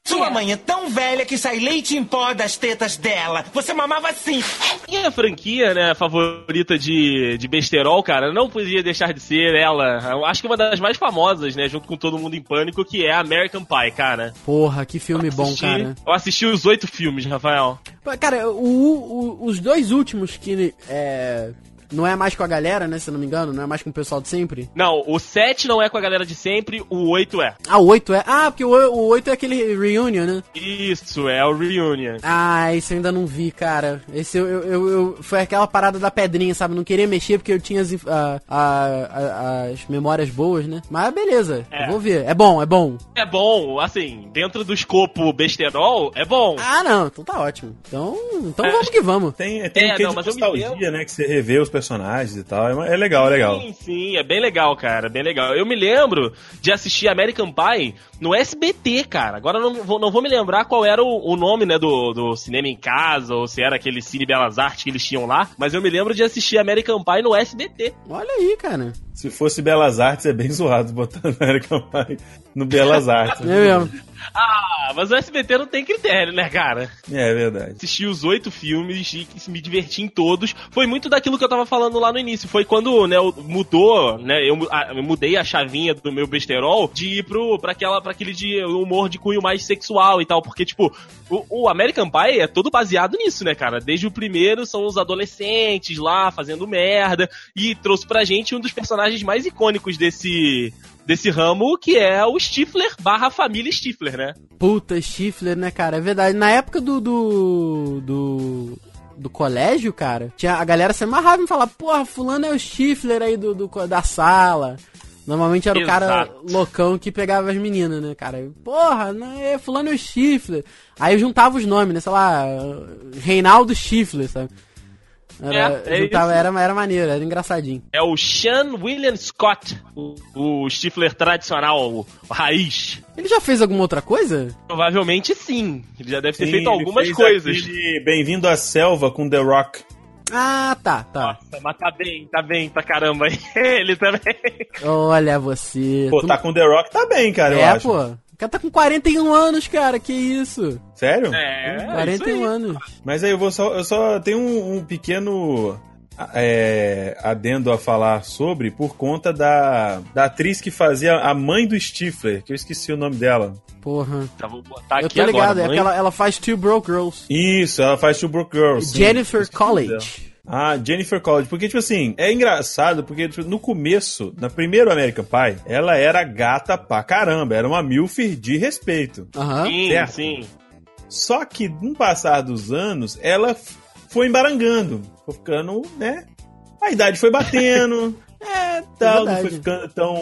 S6: Sua mãe é tão velha que sai leite em pó das tetas dela. Você mamava assim.
S3: Minha franquia, né, favorita de, de besterol, cara, não podia deixar de ser ela. Eu acho que uma das mais famosas, né, junto com Todo Mundo em Pânico, que é American Pie, cara.
S2: Porra, que filme bom,
S3: Assisti-
S2: cara.
S3: Eu assisti os oito filmes, Rafael.
S2: Pô, Cara, o- o- os dois últimos que é, não é mais com a galera, né? Se eu não me engano, não é mais com o pessoal de sempre.
S3: Não, o sete não é com a galera de sempre, o oito é.
S2: Ah, o 8 é. Ah, porque o, o 8 é aquele reunion, né?
S3: Isso, é o Reunion.
S2: Ah, esse eu ainda não vi, cara. Esse eu, eu, eu- eu- Foi aquela parada da pedrinha, sabe? Não queria mexer porque eu tinha as, inf- a- a- a- as memórias boas, né? Mas beleza,
S3: É.
S2: eu vou ver. É bom, é bom.
S3: É bom, assim, dentro do escopo besterol, é bom.
S2: Ah, não, então tá ótimo. Então, então vamos que vamos.
S4: Tem, tem
S3: É,
S4: um quê
S3: não,
S4: de
S3: mas eu me
S4: nostalgia, né? Que você revê os personagens e tal. É, é legal, é legal.
S3: Sim, sim, é bem legal, cara, bem legal. Eu me lembro de assistir American Pie no SBT, cara. Agora eu não vou, não vou me lembrar qual era o, o nome, né, do, do cinema em casa, ou se era aquele Cine Belas Artes que eles tinham lá, mas eu me lembro de assistir American Pie no SBT.
S2: Olha aí, cara.
S4: Se fosse Belas Artes, é bem zoado botando American Pie no Belas Artes.
S2: É mesmo.
S3: Ah, mas o SBT não tem critério, né, cara?
S4: É verdade.
S3: assisti os oito filmes e que me diverti em todos. Foi muito daquilo que eu tava falando lá no início. Foi quando, né, eu- mudou, né, eu, mu- a- eu mudei a chavinha do meu besterol de ir pro, pra, aquela, pra aquele de humor de cunho mais sexual e tal. Porque, tipo, o, o American Pie é todo baseado nisso, né, cara? Desde o primeiro são os adolescentes lá fazendo merda e trouxe pra gente um dos personagens mais icônicos desse... Desse ramo que é o Stifler barra família Stifler, né?
S2: Puta, Stifler, né, cara? É verdade. Na época do. do. do, do colégio, cara, tinha, a galera se amarrava em falar, porra, fulano é o Stifler aí do, do co- da sala. Normalmente era o cara
S3: Exato.
S2: loucão que pegava as meninas, né, cara? Eu, Porra, não é, fulano é o Stifler. Aí eu juntava os nomes, né? Sei lá, Reinaldo Stifler, sabe? Era,
S3: É, é
S2: juntava,
S3: isso.
S2: era, era maneiro, era engraçadinho.
S3: É o Sean William Scott, o, o Stifler tradicional, o, o raiz.
S2: Ele já fez alguma outra coisa?
S3: Provavelmente sim. Ele já deve ter
S4: Sim,
S3: feito
S4: ele
S3: algumas
S4: fez
S3: coisas.
S4: aquele Bem-vindo à selva com The Rock.
S2: Ah, tá, tá.
S3: Nossa, mas tá bem, tá bem pra caramba. Ele também.
S2: Olha você.
S4: Pô,
S2: tu
S4: tá com The Rock, tá bem, cara, eu
S2: é,
S4: acho.
S2: pô. O cara tá com 41 anos, cara. Que isso?
S4: Sério?
S3: É, isso aí.
S2: 41 anos.
S4: Mas aí eu vou só. Eu só tenho um, um pequeno é, adendo a falar sobre por conta da, da atriz que fazia a mãe do Stifler, que eu esqueci o nome dela.
S2: Porra.
S3: Tá, vou botar
S2: eu
S3: aqui
S2: tô ligado,
S3: agora.
S2: é
S3: mãe.
S2: que ela, ela faz Two Broke Girls.
S4: Isso, ela faz Two Broke Girls. sim.
S2: Jennifer
S4: Esqueci o nome dela.
S2: College.
S4: A Jennifer Coolidge. Porque, tipo assim, é engraçado, porque tipo, no começo, na primeiro American Pie, ela era gata pra caramba. Era uma milf de respeito.
S2: Aham.
S3: Sim,
S4: Certo.
S3: sim.
S4: Só que, no passar dos anos, ela f- foi embarangando. Foi ficando, né? A idade foi batendo. é, tal. Não foi
S2: verdade.
S4: ficando tão,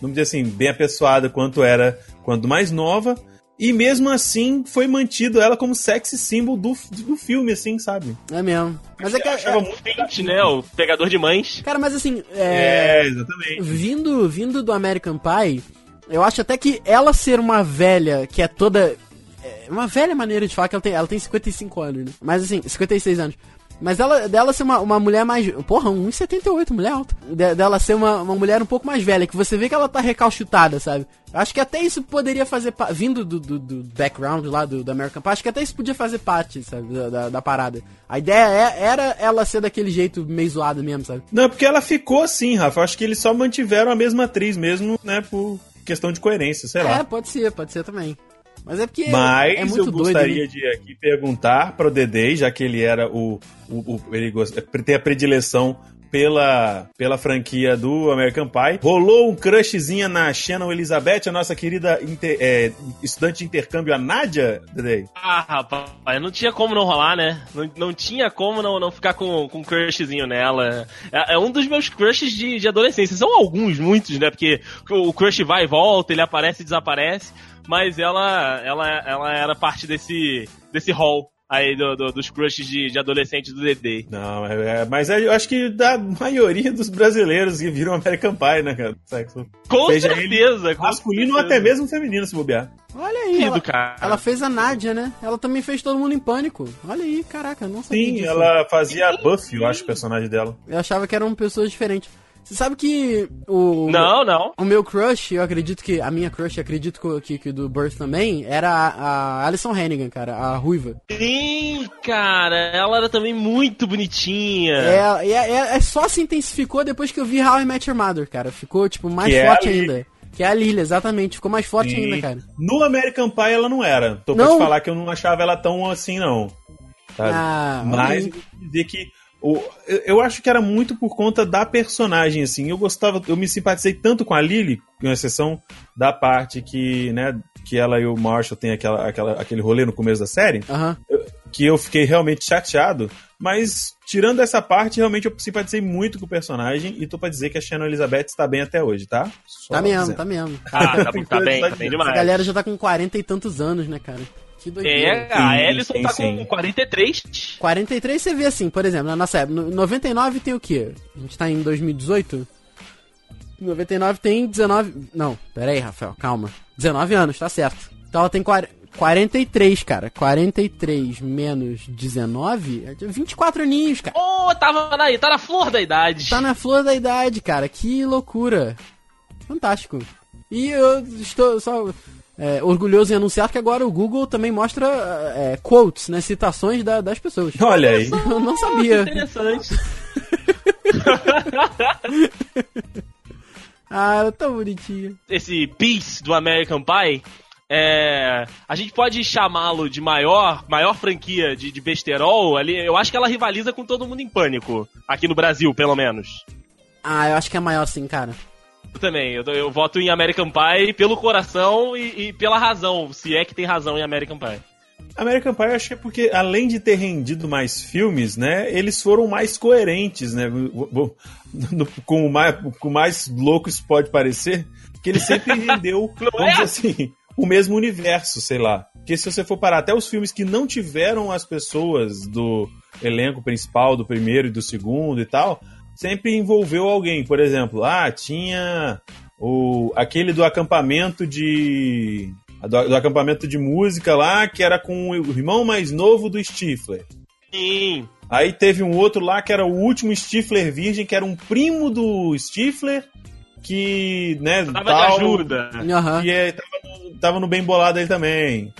S4: vamos dizer assim, bem apessoada quanto era quando mais nova. E mesmo assim, foi mantido ela como sexy símbolo do, do filme, assim, sabe?
S2: É mesmo. Mas é que.
S4: Achava
S2: é-
S4: muito
S3: Pente, né? O pegador de mães.
S2: cara, mas assim. é...
S4: É, exatamente.
S2: vindo, vindo do American Pie, eu acho até que ela ser uma velha que é toda. é uma velha maneira de falar que ela tem, ela tem 55 anos, né? Mas assim, 56 anos. Mas ela, dela ser uma, uma mulher mais. Porra, 1,78, mulher alta. De- dela ser uma, uma mulher um pouco mais velha, que você vê que ela tá recalchutada, sabe? Acho que até isso poderia fazer. pa- Vindo do, do, do background lá do, do American Pie, acho que até isso podia fazer parte, sabe? Da, da, da parada. A ideia é- era ela ser daquele jeito meio zoado mesmo, sabe?
S4: Não, é porque ela ficou assim, Rafa. Acho que eles só mantiveram a mesma atriz mesmo, né? Por questão de coerência, sei lá.
S2: É, pode ser, pode ser também. Mas é porque
S4: Mas
S2: é muito
S4: eu
S2: doido.
S4: gostaria
S2: né?
S4: de aqui perguntar para o Dedei, já que ele era o. o, o- ele gost- tem a predileção pela, pela franquia do American Pie. Rolou um crushzinha na Shannon Elizabeth, a nossa querida inter- é, estudante de intercâmbio, a Nádia, Dedei.
S3: Ah, rapaz, não tinha como não rolar, né? Não, não tinha como não, não ficar com, com um crushzinho nela. É, é um dos meus crushes de, de adolescência. São alguns, muitos, né? Porque o crush vai e volta, ele aparece e desaparece. Mas ela, ela, ela era parte desse, desse hall aí do- do- dos crushes de, de adolescente do DD.
S4: Não, é- é- mas é- eu acho que da maioria dos brasileiros que viram American Pie, né, cara? Sexo
S3: Com
S4: Seja ele
S3: certeza. com
S4: masculino ou
S3: certeza.
S4: até mesmo feminino, se bobear.
S2: Olha aí,
S3: Filho
S2: ela,
S3: do cara.
S2: ela fez a Nádia, né? Ela também fez todo mundo em pânico. Olha aí, caraca, não sabia
S4: Sim,
S2: disso.
S4: ela fazia a Buffy, eu acho, o personagem dela.
S2: Eu achava que eram pessoas diferentes. Você sabe que o...
S3: Não, não.
S2: O meu crush, eu acredito que... A minha crush, eu acredito que, o- que, que o do Birth também, era a, a Alison Hennigan, cara. A ruiva.
S3: Sim, cara. Ela era também muito bonitinha.
S2: É, é, é- é só se intensificou depois que eu vi How I Met Your Mother, cara. Ficou, tipo, mais
S4: Que é
S2: forte
S4: a Lily.
S2: ainda. Que é a Lilia, exatamente. Ficou mais forte
S4: Sim.
S2: ainda, cara.
S4: No American Pie ela não era. Tô pra
S2: Não.
S4: te falar que eu não achava ela tão assim, não. Sabe?
S2: Ah,
S4: Mas
S2: olha
S4: eu vou dizer que. o- eu- eu acho que era muito por conta da personagem, assim. Eu gostava, eu me simpatizei tanto com a Lily, com exceção da parte que, né, que ela e o Marshall têm aquela, aquela, aquele rolê no começo da série,
S2: Aham.
S4: que eu fiquei realmente chateado. Mas, tirando essa parte, realmente eu simpatizei muito com o personagem. E tô pra dizer que a Shannon Elizabeth está bem até hoje, tá? Só
S2: Tá mesmo,
S4: dizendo.
S2: tá mesmo.
S3: Ah, tá, bom, tá bem, tá bem demais.
S2: A galera já tá com 40 e tantos anos, né, cara? Que doideira.
S3: É, a
S4: Sim,
S3: Ellison
S4: sim,
S3: tá
S4: sim.
S3: com 43.
S2: 43 você vê assim, por exemplo, na nossa época. No 99 tem o quê? A gente tá em 2018? 99 tem 19. Não, pera aí, Rafael, calma. 19 anos, tá certo. Então ela tem 40 43, cara. 43 menos 19 é 24 aninhos, cara.
S3: Ô, tava na, tá na flor da idade.
S2: Tá na flor da idade, cara. Que loucura. Fantástico. E eu estou só é, orgulhoso em anunciar que agora o Google também mostra é, quotes, né? Citações da- das pessoas.
S4: Olha aí.
S2: Eu não
S3: Ah, que
S2: sabia.
S3: Interessante.
S2: Ah, ela é tão bonitinha.
S3: Esse Peace do American Pie. É, a gente pode chamá-lo de maior, maior franquia de, de besterol ali. Eu acho que ela rivaliza com todo mundo em pânico. Aqui no Brasil, pelo menos.
S2: Ah, eu acho que é maior sim, cara.
S3: Eu também. Eu, eu voto em American Pie pelo coração e, e pela razão. Se é que tem razão em American Pie.
S4: American Pie eu achei porque, além de ter rendido mais filmes, né, eles foram mais coerentes, né, v- v- no- com o mais, com o mais louco isso pode parecer, que ele sempre rendeu, vamos dizer assim, o mesmo universo, sei lá. Porque se você for parar até os filmes que não tiveram as pessoas do elenco principal, do primeiro e do segundo e tal, sempre envolveu alguém. Por exemplo, ah, tinha o, aquele do acampamento de a do, do acampamento de música lá, que era com o irmão mais novo do Stifler.
S3: Sim.
S4: Aí teve um outro lá que era o último Stifler virgem, que era um primo do Stifler, que, né,
S3: Tava de
S4: tal,
S3: ajuda.
S2: Aham.
S4: que é, tava, no, tava no bem bolado aí também.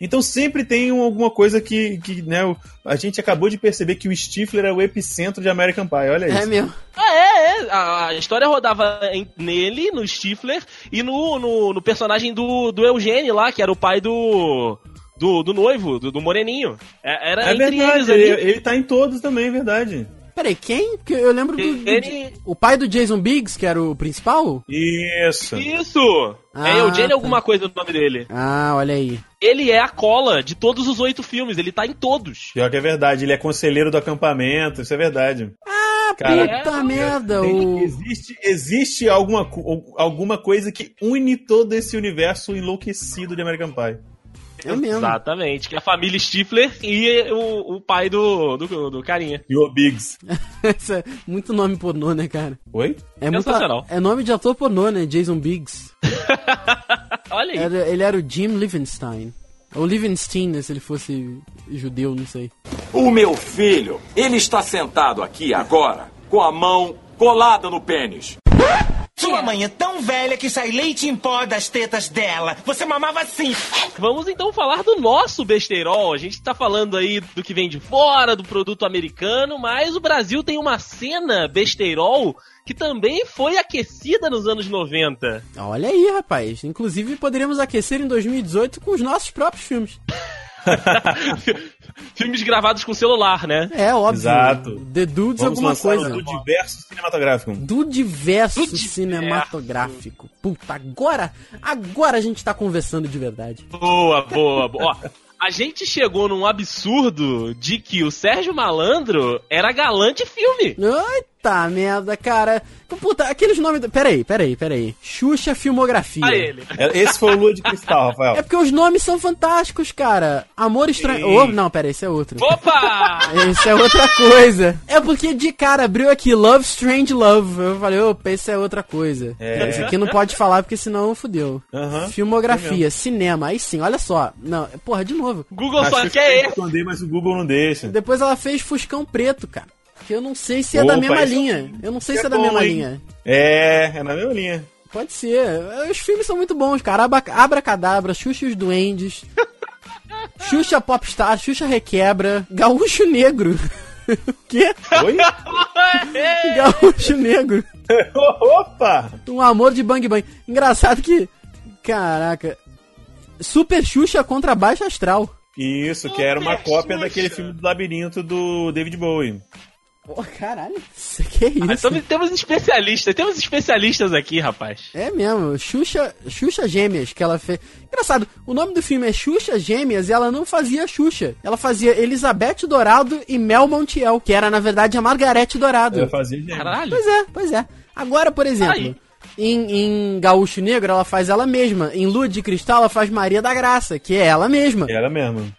S4: Então sempre tem um- alguma coisa que, que né, o- a gente acabou de perceber que o Stifler é o epicentro de American Pie, olha
S2: É
S4: isso.
S2: mesmo.
S3: Ah, é, é. A, a história rodava em- nele, no Stifler, e no, no, no personagem do, do Eugênio lá, que era o pai do. Do, do noivo, do, do Moreninho. É- Era
S4: É
S3: entre
S4: verdade,
S3: eles ali.
S4: ele, ele tá em todos também, é verdade.
S2: Peraí, quem? Porque eu lembro do, do-
S3: Ele-
S2: O pai do Jason Biggs, que era o principal?
S4: Isso.
S3: Isso!
S2: Ah,
S3: é Eugênio
S2: tá.
S3: alguma coisa do nome dele.
S2: Ah, olha aí.
S3: Ele é a cola de todos os oito filmes, ele tá em todos.
S4: Pior que é verdade, ele é conselheiro do acampamento, isso é verdade. Ah,
S2: Puta
S4: é,
S2: merda, o...
S4: Existe, existe alguma, co- alguma coisa que une todo esse universo enlouquecido de American Pie.
S2: É mesmo.
S3: Exatamente, que é a família Stifler e o, o pai do, do, do carinha.
S4: E o Biggs.
S2: Isso é muito nome pornô, né, cara?
S4: Oi?
S2: É, muito,
S3: Sensacional.
S2: é nome de ator pornô, né? Jason Biggs.
S3: Olha aí.
S2: Era- ele era o Jim Livenstein. Ou Livenstein, né, se ele fosse judeu, não sei.
S5: O meu filho, ele está sentado aqui agora com a mão colada no pênis.
S6: Sua mãe é tão velha que sai leite em pó das tetas dela. Você mamava assim.
S3: Vamos então falar do nosso besteirol. A gente tá falando aí do que vem de fora, do produto americano, mas o Brasil tem uma cena besteirol que também foi aquecida nos anos 90.
S2: Olha aí, rapaz. Inclusive, poderíamos aquecer em 2018 com os nossos próprios filmes.
S3: Filmes gravados com celular, né?
S2: É óbvio.
S4: Exato.
S2: né? The Dudes
S4: Vamos
S2: alguma
S4: lançar
S2: coisa.
S4: do diverso cinematográfico.
S2: Do diverso
S3: Do diverso.
S2: cinematográfico. Puta, agora, agora a gente tá conversando de verdade.
S3: Boa, boa, boa. Ó, a gente chegou num absurdo de que o Sérgio Malandro era galã de filme.
S2: Eita merda, cara. Puta, aqueles nomes... do- Peraí, peraí, peraí. Xuxa Filmografia.
S3: Olha ele.
S4: É, Esse foi o Lua de Cristal,
S2: É
S4: Rafael.
S2: porque os nomes são fantásticos, cara. Amor Estranho...
S4: Sim.
S2: Oh, não, peraí, esse é outro.
S3: Opa!
S2: Isso é outra coisa. É porque de cara abriu aqui Love Strange Love. Eu falei, opa, isso é outra coisa.
S4: É.
S2: Isso aqui não pode falar porque senão fudeu.
S4: Aham.
S2: Filmografia, cinema, aí sim, olha só. Não, porra, de novo.
S3: Google só
S4: Achei
S2: é
S4: que
S3: quer
S4: eu
S3: erro.
S4: esconder, mas o Google não deixa.
S2: Depois ela fez Fuscão Preto, cara. Que eu não sei se é da
S4: Opa,
S2: mesma
S4: esse é um
S2: linha. Eu não sei
S4: que
S2: se é
S4: é
S2: da
S4: bom,
S2: mesma
S4: hein?
S2: linha.
S4: É, é na mesma linha.
S2: Pode ser. Os filmes são muito bons, cara. Aba- Abracadabra, Xuxa e os Duendes. Xuxa Popstar, Xuxa Requebra, Gaúcho Negro. o quê?
S4: Oi?
S2: Gaúcho Negro.
S4: Opa!
S2: Um amor de bang bang. Engraçado que. Caraca. Super Xuxa contra Baixa Astral.
S4: Isso, que era uma
S3: Super
S4: cópia
S3: Xuxa.
S4: daquele filme do labirinto do David Bowie.
S2: Pô, caralho. então Isso- Que é isso?
S3: Ah, tamo- temos especialistas, temos especialistas aqui, rapaz.
S2: É mesmo, Xuxa, Xuxa Gêmeas, que ela fez. Engraçado, o nome do filme é Xuxa Gêmeas e ela não fazia Xuxa. Ela fazia Elizabeth Dourado e Mel Montiel, que era na verdade a Margarete Dourado.
S4: Eu fazia gêmeo.
S3: Caralho.
S2: Pois é, pois é. Agora, por exemplo,
S3: Aí.
S2: em, em Gaúcho Negro ela faz ela mesma. Em Lua de Cristal ela faz Maria da Graça, que é ela mesma.
S4: Era mesmo.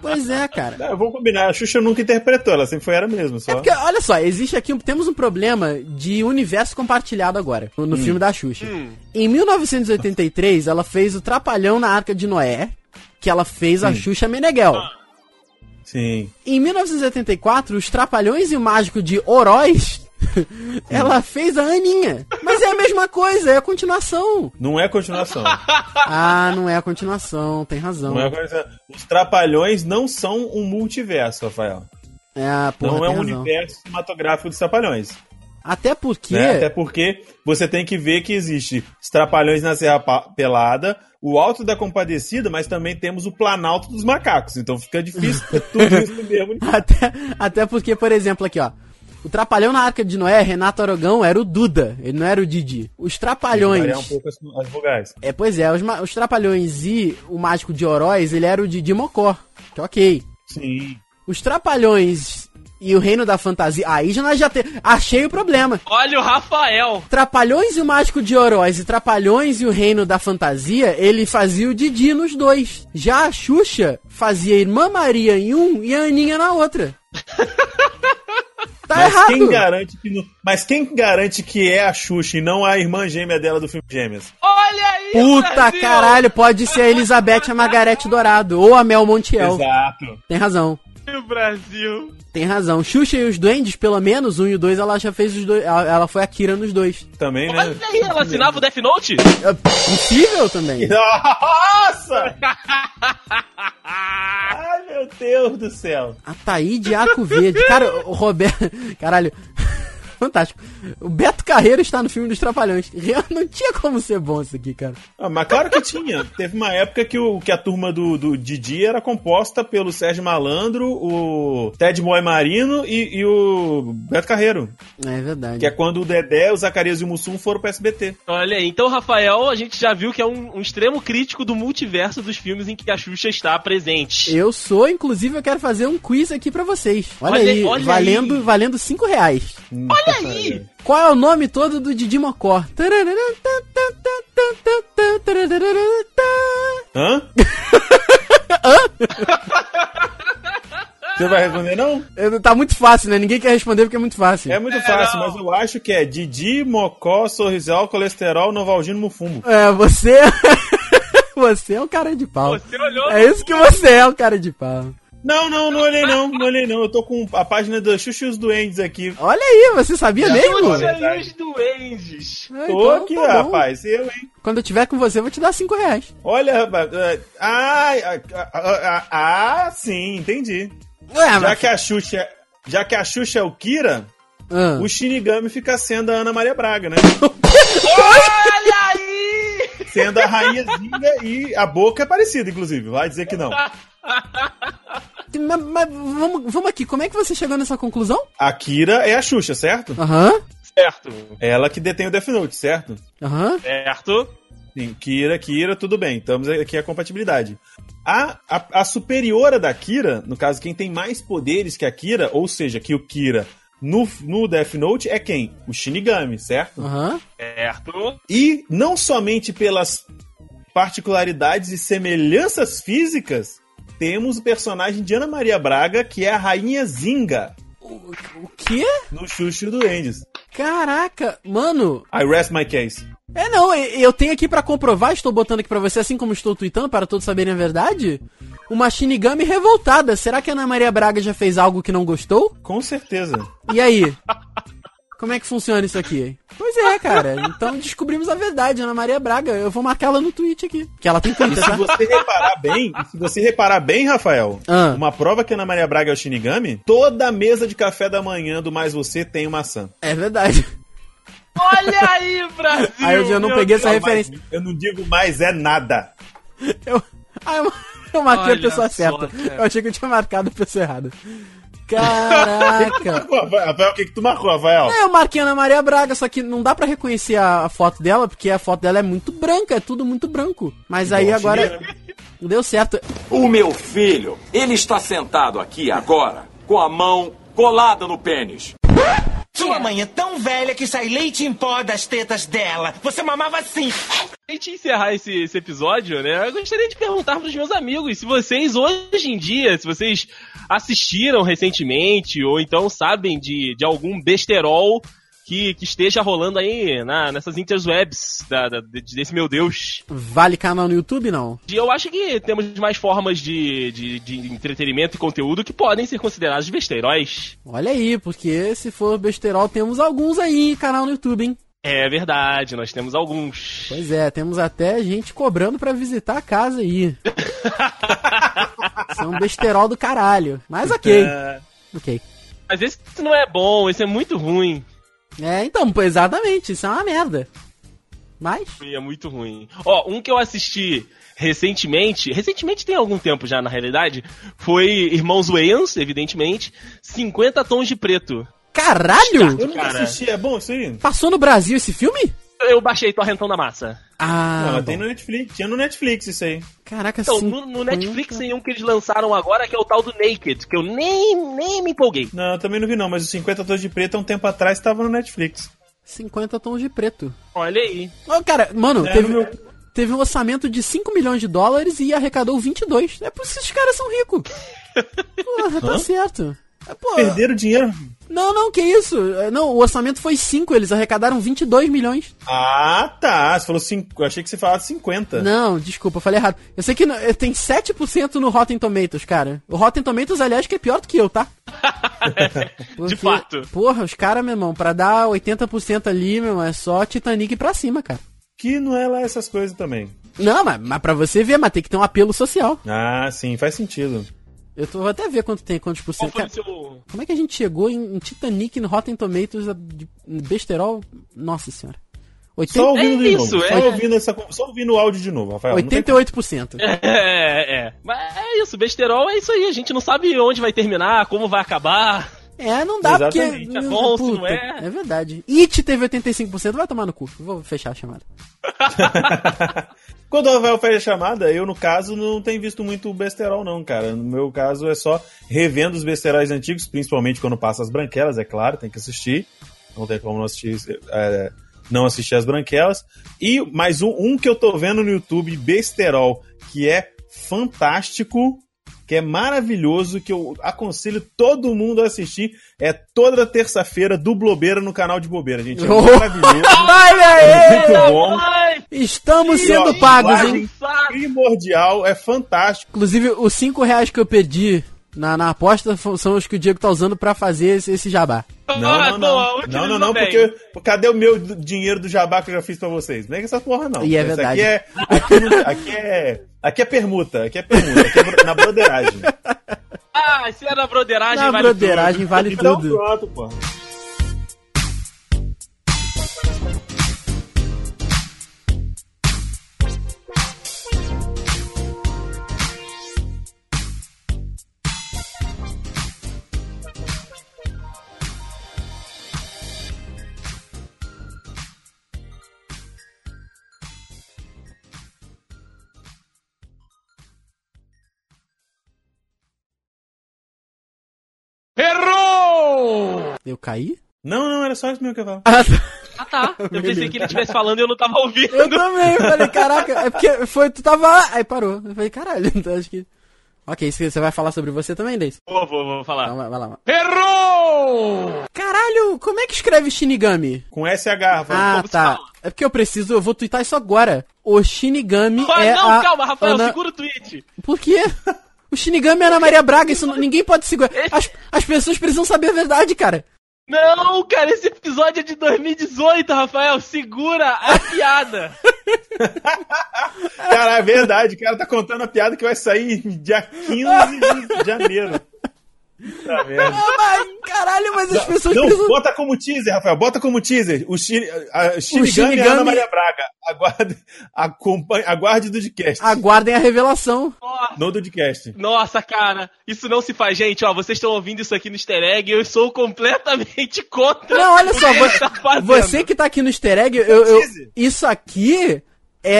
S2: Pois é, cara.
S4: Ah, vamos combinar, a Xuxa nunca interpretou, ela sempre foi era mesmo, só.
S2: É porque, olha só, existe aqui, um- temos um problema de universo compartilhado agora, no,
S4: Hum.
S2: no filme da Xuxa. Em 1983, ela fez o Trapalhão na Arca de Noé, que ela fez
S4: Hum.
S2: a Xuxa Meneghel.
S4: Sim.
S2: Em 1984, os Trapalhões e o Mágico de Oroz, ela fez a Aninha. Mas é a mesma coisa, é a continuação.
S4: Não é continuação.
S2: Ah, não é a continuação, tem razão.
S4: não é continuação. Os Trapalhões não são um multiverso, Rafael.
S2: É, a porra,
S4: não é
S2: tem
S4: um
S2: razão.
S4: universo cinematográfico dos Trapalhões.
S2: Até porque...
S4: né? Até porque você tem que ver que existe os Trapalhões na Serra Pa- Pelada, o Alto da Compadecida, mas também temos o Planalto dos Macacos. Então fica difícil ter tudo isso no mesmo.
S2: Até, até porque, por exemplo, aqui, ó. O Trapalhão na Arca de Noé, Renato Aragão, era o Duda, ele não era o Didi. Os
S4: Variar um
S2: Trapalhões.
S4: pouco as, as vogais.
S2: É, pois é, os, ma- os Trapalhões e o Mágico de Oroz, ele era o Didi Mocó. Que é ok.
S4: Sim.
S2: Os Trapalhões e o Reino da Fantasia. Aí já nós já temos. Achei o problema.
S3: Olha o Rafael.
S2: Trapalhões e o Mágico de Oroz e Trapalhões e o Reino da Fantasia, ele fazia o Didi nos dois. Já a Xuxa fazia a Irmã Maria em um e a Aninha na outra. Tá
S4: mas
S2: errado.
S4: quem garante que não- mas quem garante que é a Xuxa e não a irmã gêmea dela do filme Gêmeas?
S3: Olha aí,
S2: Puta
S3: Brasil!
S2: caralho, pode ser a Elizabeth e a Margarete Dourado ou a Mel Montiel.
S4: Exato.
S2: Tem razão.
S3: Brasil.
S2: Tem razão. Xuxa e os Duendes, pelo menos, um e o dois, ela já fez os dois. Ela, ela foi a Kira nos dois.
S4: Também, né?
S3: Olha aí, ela assinava o Death Note?
S2: É possível também.
S4: Nossa! Ai, meu Deus do céu.
S2: Ataíde Aco Verde. Cara, o Roberto. Caralho. fantástico. O Beto Carreiro está no filme dos Trapalhões. Real- Não tinha como ser bom isso aqui, cara.
S4: Ah, mas claro que tinha. Teve uma época que, o, que a turma do, do Didi era composta pelo Sérgio Malandro, o Ted Boy Marino e, e o Beto Carreiro.
S2: É verdade.
S4: Que é quando o Dedé, o Zacarias e o Mussum foram pro SBT.
S3: Olha aí, então, Rafael, a gente já viu que é um, um extremo crítico do multiverso dos filmes em que a Xuxa está presente.
S2: Eu sou, inclusive, eu quero fazer um quiz aqui pra vocês. Olha,
S3: Olha-
S2: aí,
S3: olha
S2: valendo,
S3: aí.
S2: valendo cinco reais.
S4: Olha
S3: aí!
S2: Qual é o nome todo do Didi Mocó?
S4: Hã? Você vai responder não?
S2: Eh, Tá muito fácil, né? Ninguém quer responder porque é muito fácil.
S4: É muito fácil, mas eu acho que é Didi, Mocó, Sorrisal, Colesterol, Novalgino, Mufumbo.
S2: É, você. você é um cara de pau.
S3: Você olhou
S2: É isso que você é, um cara de pau.
S4: Não, não, não olhei não, não olhei não. Eu tô com a página da Xuxa e os Duendes aqui.
S2: Olha aí, você sabia mesmo?
S4: olha.
S3: Olha os duendes.
S2: Ah,
S4: né? Tô
S2: então
S4: aqui,
S2: tá bom.
S4: rapaz. Eu, hein?
S2: Quando eu tiver com você, eu vou te dar cinco reais.
S4: Olha, rapaz. é, ai, Ah, ah, ah, ah, ah, sim, entendi.
S2: Ué,
S4: Já que a Xuxa. Já que a Xuxa é o Kira,
S2: Ah.
S4: o Shinigami fica sendo a Ana Maria Braga, né?
S3: Olha aí!
S4: Sendo a rainhazinha e a boca é parecida, inclusive. Vai dizer que não.
S2: Mas, mas vamos, vamos aqui, como é que você chegou nessa conclusão?
S4: A Kira é a Xuxa, certo?
S2: Aham,
S3: Certo.
S2: Ah.
S4: Ela que detém o Death Note, certo?
S2: aham.
S3: Certo.
S4: Sim, Kira, Kira, tudo bem. Estamos aqui a compatibilidade. A, a, a superiora da Kira, no caso, quem tem mais poderes que a Kira, ou seja, que o Kira no, no Death Note é quem? O Shinigami, certo?
S2: Aham.
S3: Certo.
S4: E não somente pelas particularidades e semelhanças físicas, temos o personagem de Ana Maria Braga, que é a rainha Zinga,
S2: O quê?
S4: no Xuxo do Endes.
S2: Caraca, mano.
S4: I rest my case.
S2: É não, e- eu tenho aqui pra comprovar, estou botando aqui pra você, assim como estou tweetando, para todos saberem a verdade. Uma Shinigami revoltada. Será que a Ana Maria Braga já fez algo que não gostou?
S4: Com certeza.
S2: E aí? Como é que funciona isso aqui? Pois é, cara. Então descobrimos a verdade, Ana Maria Braga. Eu vou marcar ela no tweet aqui. Que ela tem Twitter,
S4: Se
S2: tá?
S4: você reparar bem, se você reparar bem, Rafael,
S2: Ah.
S4: uma prova que a Ana Maria Braga é o Shinigami, toda mesa de café da manhã do Mais Você tem maçã.
S2: É verdade.
S3: Olha aí, Brasil!
S2: Aí eu já não
S3: meu
S2: peguei essa
S3: Deus.
S2: É referência.
S4: Mas eu não digo mais é nada.
S2: Eu, ah, eu, eu marquei
S3: Olha
S2: a pessoa
S3: só,
S2: certa.
S3: cara.
S2: Eu achei que eu tinha marcado a pessoa errada. Caraca.
S4: Pô, Rafael, o que, que tu marcou, Rafael?
S2: É, eu marquei a Ana Maria Braga, só que não dá pra reconhecer a, a foto dela, porque a foto dela é muito branca, é tudo muito branco. Mas aí
S4: Bom,
S2: agora deu certo.
S5: O meu filho, ele está sentado aqui agora, com a mão colada no pênis.
S6: Sua mãe é tão velha que sai leite em pó das tetas dela. Você mamava assim.
S3: Pra gente encerrar esse, esse episódio, né? Eu gostaria de perguntar pros meus amigos se vocês, hoje em dia, se vocês assistiram recentemente ou então sabem de, de algum besterol que, que esteja rolando aí na, nessas interwebs da, da- desse meu Deus.
S2: Vale canal no YouTube, não?
S3: E eu acho que temos mais formas de, de, de entretenimento e conteúdo que podem ser considerados besteiróis.
S2: Olha aí, porque se for besterol, temos alguns aí, canal no YouTube, hein?
S3: É verdade, nós temos alguns.
S2: Pois é, temos até gente cobrando pra visitar a casa aí. São besterol do caralho. Mas ok,
S4: É,
S2: ok.
S3: Mas esse não é bom, esse é muito ruim.
S2: É, então, pô, exatamente, isso é uma merda. Mas,
S3: É muito ruim. Ó, um que eu assisti recentemente, recentemente tem algum tempo já, na realidade, foi Irmãos Wayans, evidentemente, 50 Tons de Preto.
S2: caralho!
S4: eu nunca
S3: Cara.
S4: assisti, é bom isso aí?
S2: Passou no Brasil esse filme?
S3: Eu baixei Torrentão da Massa.
S4: Ah,
S2: Ah,
S4: mas tem no Netflix, tinha no Netflix isso aí.
S2: caraca,
S3: Então,
S2: sim.
S3: no, no Netflix tem um que eles lançaram agora, que é o tal do Naked, que eu nem, nem me empolguei.
S4: Não, eu também não vi não, mas os 50 Tons de Preto há um tempo atrás tava no Netflix.
S2: 50 tons de preto.
S3: Olha aí.
S2: Ô, cara, mano,
S4: É,
S2: teve,
S4: no
S2: teve um orçamento de 5 milhões de dólares e arrecadou 22. É por isso que esses caras são ricos. Porra, tá certo. É, pô,
S4: Perderam dinheiro?
S2: não, não, que isso? É, Não, o orçamento foi 5, eles arrecadaram 22 milhões.
S4: Ah, tá. Você falou 5. Eu achei que você falava 50.
S2: Não, desculpa, eu falei errado. Eu sei que não- é, tem 7% no Rotten Tomatoes, cara. O Rotten Tomatoes, aliás, que é pior do que eu, tá? Porque,
S3: De fato.
S2: Porra, os caras, meu irmão, pra dar 80% ali, meu irmão, é só Titanic pra cima, cara.
S4: Que não é lá essas coisas também.
S2: Não, mas, mas pra você ver, mas tem que ter um apelo social.
S4: Ah, sim, faz sentido.
S2: Eu tô, vou até ver quanto tem, quantos por
S3: Qual
S2: cento.
S3: foi o
S2: Cara,
S3: seu.
S2: como é que a gente chegou em, em Titanic, no Rotten Tomatoes, a- de besterol? Nossa senhora.
S4: Só
S2: Oitenta-
S4: ouvindo
S3: é
S4: de
S3: isso,
S4: novo.
S3: é.
S4: Só, ouvindo essa, só ouvindo o áudio de novo, Rafael. não tem
S2: 88%.
S3: É, é. Mas é isso, besterol é isso aí. A gente não sabe onde vai terminar, como vai acabar.
S2: É, não dá
S4: Exatamente.
S2: porque.
S3: É bom, se
S2: Puta,
S3: não é.
S2: É verdade. It teve 85%, vai tomar no cu. Vou fechar a chamada.
S4: Quando o Rafael faz a chamada, eu, no caso, não tenho visto muito besterol, não, cara. No meu caso, é só revendo os besteróis antigos, principalmente quando passa as branquelas, é claro, tem que assistir. Não tem como não assistir, é, não assistir as branquelas. E mais um, um que eu tô vendo no YouTube, besterol, que é fantástico, que é maravilhoso, que eu aconselho todo mundo a assistir. É toda terça-feira, do Blobeira no canal de Bobeira, gente. É maravilhoso. É
S2: Olha aí!
S4: Muito bom.
S3: Ai,
S2: Estamos
S4: Ih,
S2: sendo
S4: ó,
S2: pagos,
S4: linguagem.
S2: hein?
S3: sabe?
S4: Primordial, é fantástico.
S2: Inclusive, os 5 reais que eu pedi na, na aposta fo- são os que o Diego tá usando pra fazer esse, esse jabá.
S3: Ah, boa,
S4: Não, não, não.
S3: utilizou
S4: Não, não, não,
S3: bem.
S4: porque cadê o meu d- dinheiro do jabá que eu já fiz pra vocês? Não é que essa porra, não.
S2: E é
S4: Essa
S2: verdade.
S4: Aqui é, aqui, não- aqui é, aqui é permuta, aqui é permuta, aqui é bro- na broderagem.
S3: Ah, se é na broderagem,
S2: Na
S3: vale tudo.
S2: broderagem vale
S4: Então
S2: tudo.
S4: pronto, pô.
S2: Eu caí?
S4: Não, não, era só isso mesmo que eu ia falar.
S2: Ah, tá.
S3: Ah, tá. Eu pensei que ele estivesse falando e eu não tava ouvindo.
S2: Eu também, eu falei, caraca, é porque foi, tu tava lá, aí parou. Eu falei, caralho, então acho que. Ok, isso que você vai falar sobre você também, Deis?
S3: Vou, vou, vou
S2: Então,
S3: falar.
S2: vai, vai lá.
S3: Errou!
S2: Caralho, como é que escreve Shinigami?
S4: Com SH, Rafael.
S2: Ah,
S3: como se
S2: tá.
S3: fala?
S2: É porque eu preciso, eu vou twittar isso agora. O Shinigami
S3: Ah,
S2: é
S3: não,
S2: a
S3: calma, Rafael,
S2: Ana-
S3: segura o tweet.
S2: Por quê? O Shinigami é Ana Maria Braga, isso não- ninguém pode segurar. As, as pessoas precisam saber a verdade, cara.
S3: Não, cara, esse episódio é de 2018, Rafael. Segura a piada.
S2: Ah.
S4: Cara, é verdade, o cara tá contando a piada que vai sair dia 15 de janeiro. Puta merda.
S2: Ah, mas, caralho, mas as pessoas
S4: Não,
S2: precisam.
S4: bota como teaser, Rafael, bota como teaser. O, Shini, a- a Shinigami,
S2: Shinigami-
S4: é Ana Maria Braga. Aguarde, acompanhe, aguarde o Dudcast.
S2: Aguardem a revelação.
S3: Nossa,
S4: No Dudcast.
S3: Nossa, cara, isso não se faz, gente. Ó, vocês estão ouvindo isso aqui no easter egg. Eu sou completamente contra.
S2: Não, olha
S3: o que
S2: só,
S3: ele
S2: você,
S3: tá fazendo.
S2: você que tá aqui no easter egg, eu- eu-
S4: Teaser.
S2: isso aqui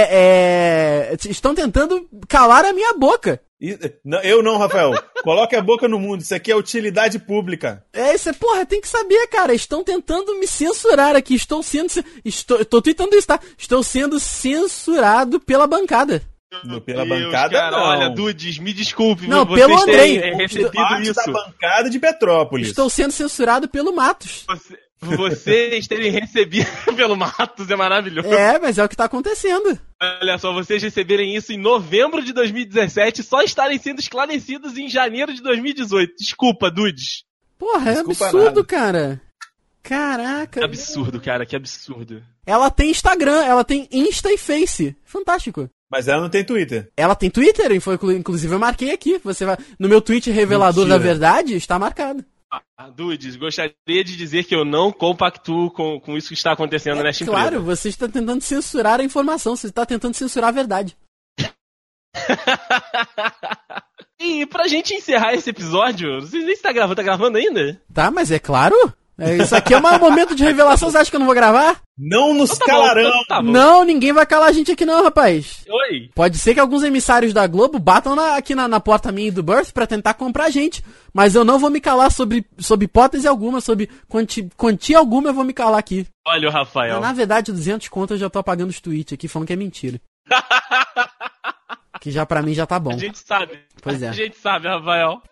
S2: é, é- Estão tentando calar a minha boca.
S4: E- não, eu não, Rafael. Coloque a boca no mundo. Isso aqui é utilidade pública.
S2: É, isso é, porra, tem que saber, cara. Estão tentando me censurar aqui. Estou sendo. cen- Estou, eu tô tweetando isso, tá? Estou sendo censurado pela bancada.
S4: No- pela
S3: Deus,
S4: bancada,
S3: cara,
S4: não.
S3: olha, Dudes, me desculpe.
S2: Não,
S3: vocês
S2: pelo
S3: terem,
S2: Andrei.
S3: é, recebido
S4: Parte da
S3: isso.
S4: bancada de Petrópolis.
S2: Estou sendo censurado pelo Matos.
S3: Você- Vocês terem recebido pelo Matos é maravilhoso.
S2: É, mas é o que tá acontecendo.
S3: Olha só, vocês receberem isso em novembro de 2017, só estarem sendo esclarecidos em janeiro de 2018. Desculpa, dudes.
S2: Porra, é
S4: Desculpa
S2: absurdo,
S4: nada.
S2: cara.
S3: Que
S2: Caraca.
S3: absurdo, cara, que absurdo.
S2: Ela tem Instagram, ela tem Insta e Face. Fantástico.
S4: Mas ela não tem Twitter.
S2: Ela tem Twitter, info- inclusive eu marquei aqui. Você vai no meu tweet revelador
S4: Mentira.
S2: da verdade, está marcado.
S3: Ah, Dudes, gostaria de dizer que eu não compactuo com, com isso que está acontecendo nesta empresa.
S2: É, claro, você está tentando censurar a informação, você está tentando censurar a verdade.
S3: E pra gente encerrar esse episódio, você nem está gravando, tá gravando ainda?
S2: Tá, mas é claro. É, isso aqui é um momento de revelação, você acha que eu não vou gravar?
S4: Não nos
S3: Então tá bom,
S4: calarão.
S3: então tá bom.
S2: Não, ninguém vai calar a gente aqui não, rapaz.
S3: Oi.
S2: Pode ser que alguns emissários da Globo batam na- aqui na, na porta minha e do Birth pra tentar comprar a gente, mas eu não vou me calar sobre, sobre hipótese alguma, sobre quanti, quantia alguma eu vou me calar aqui.
S3: Olha o Rafael.
S2: Na verdade, 200 contas eu já tô apagando os tweets aqui falando que é mentira. que já pra mim já tá bom.
S3: A gente sabe.
S2: Pois é.
S3: A gente sabe, Rafael.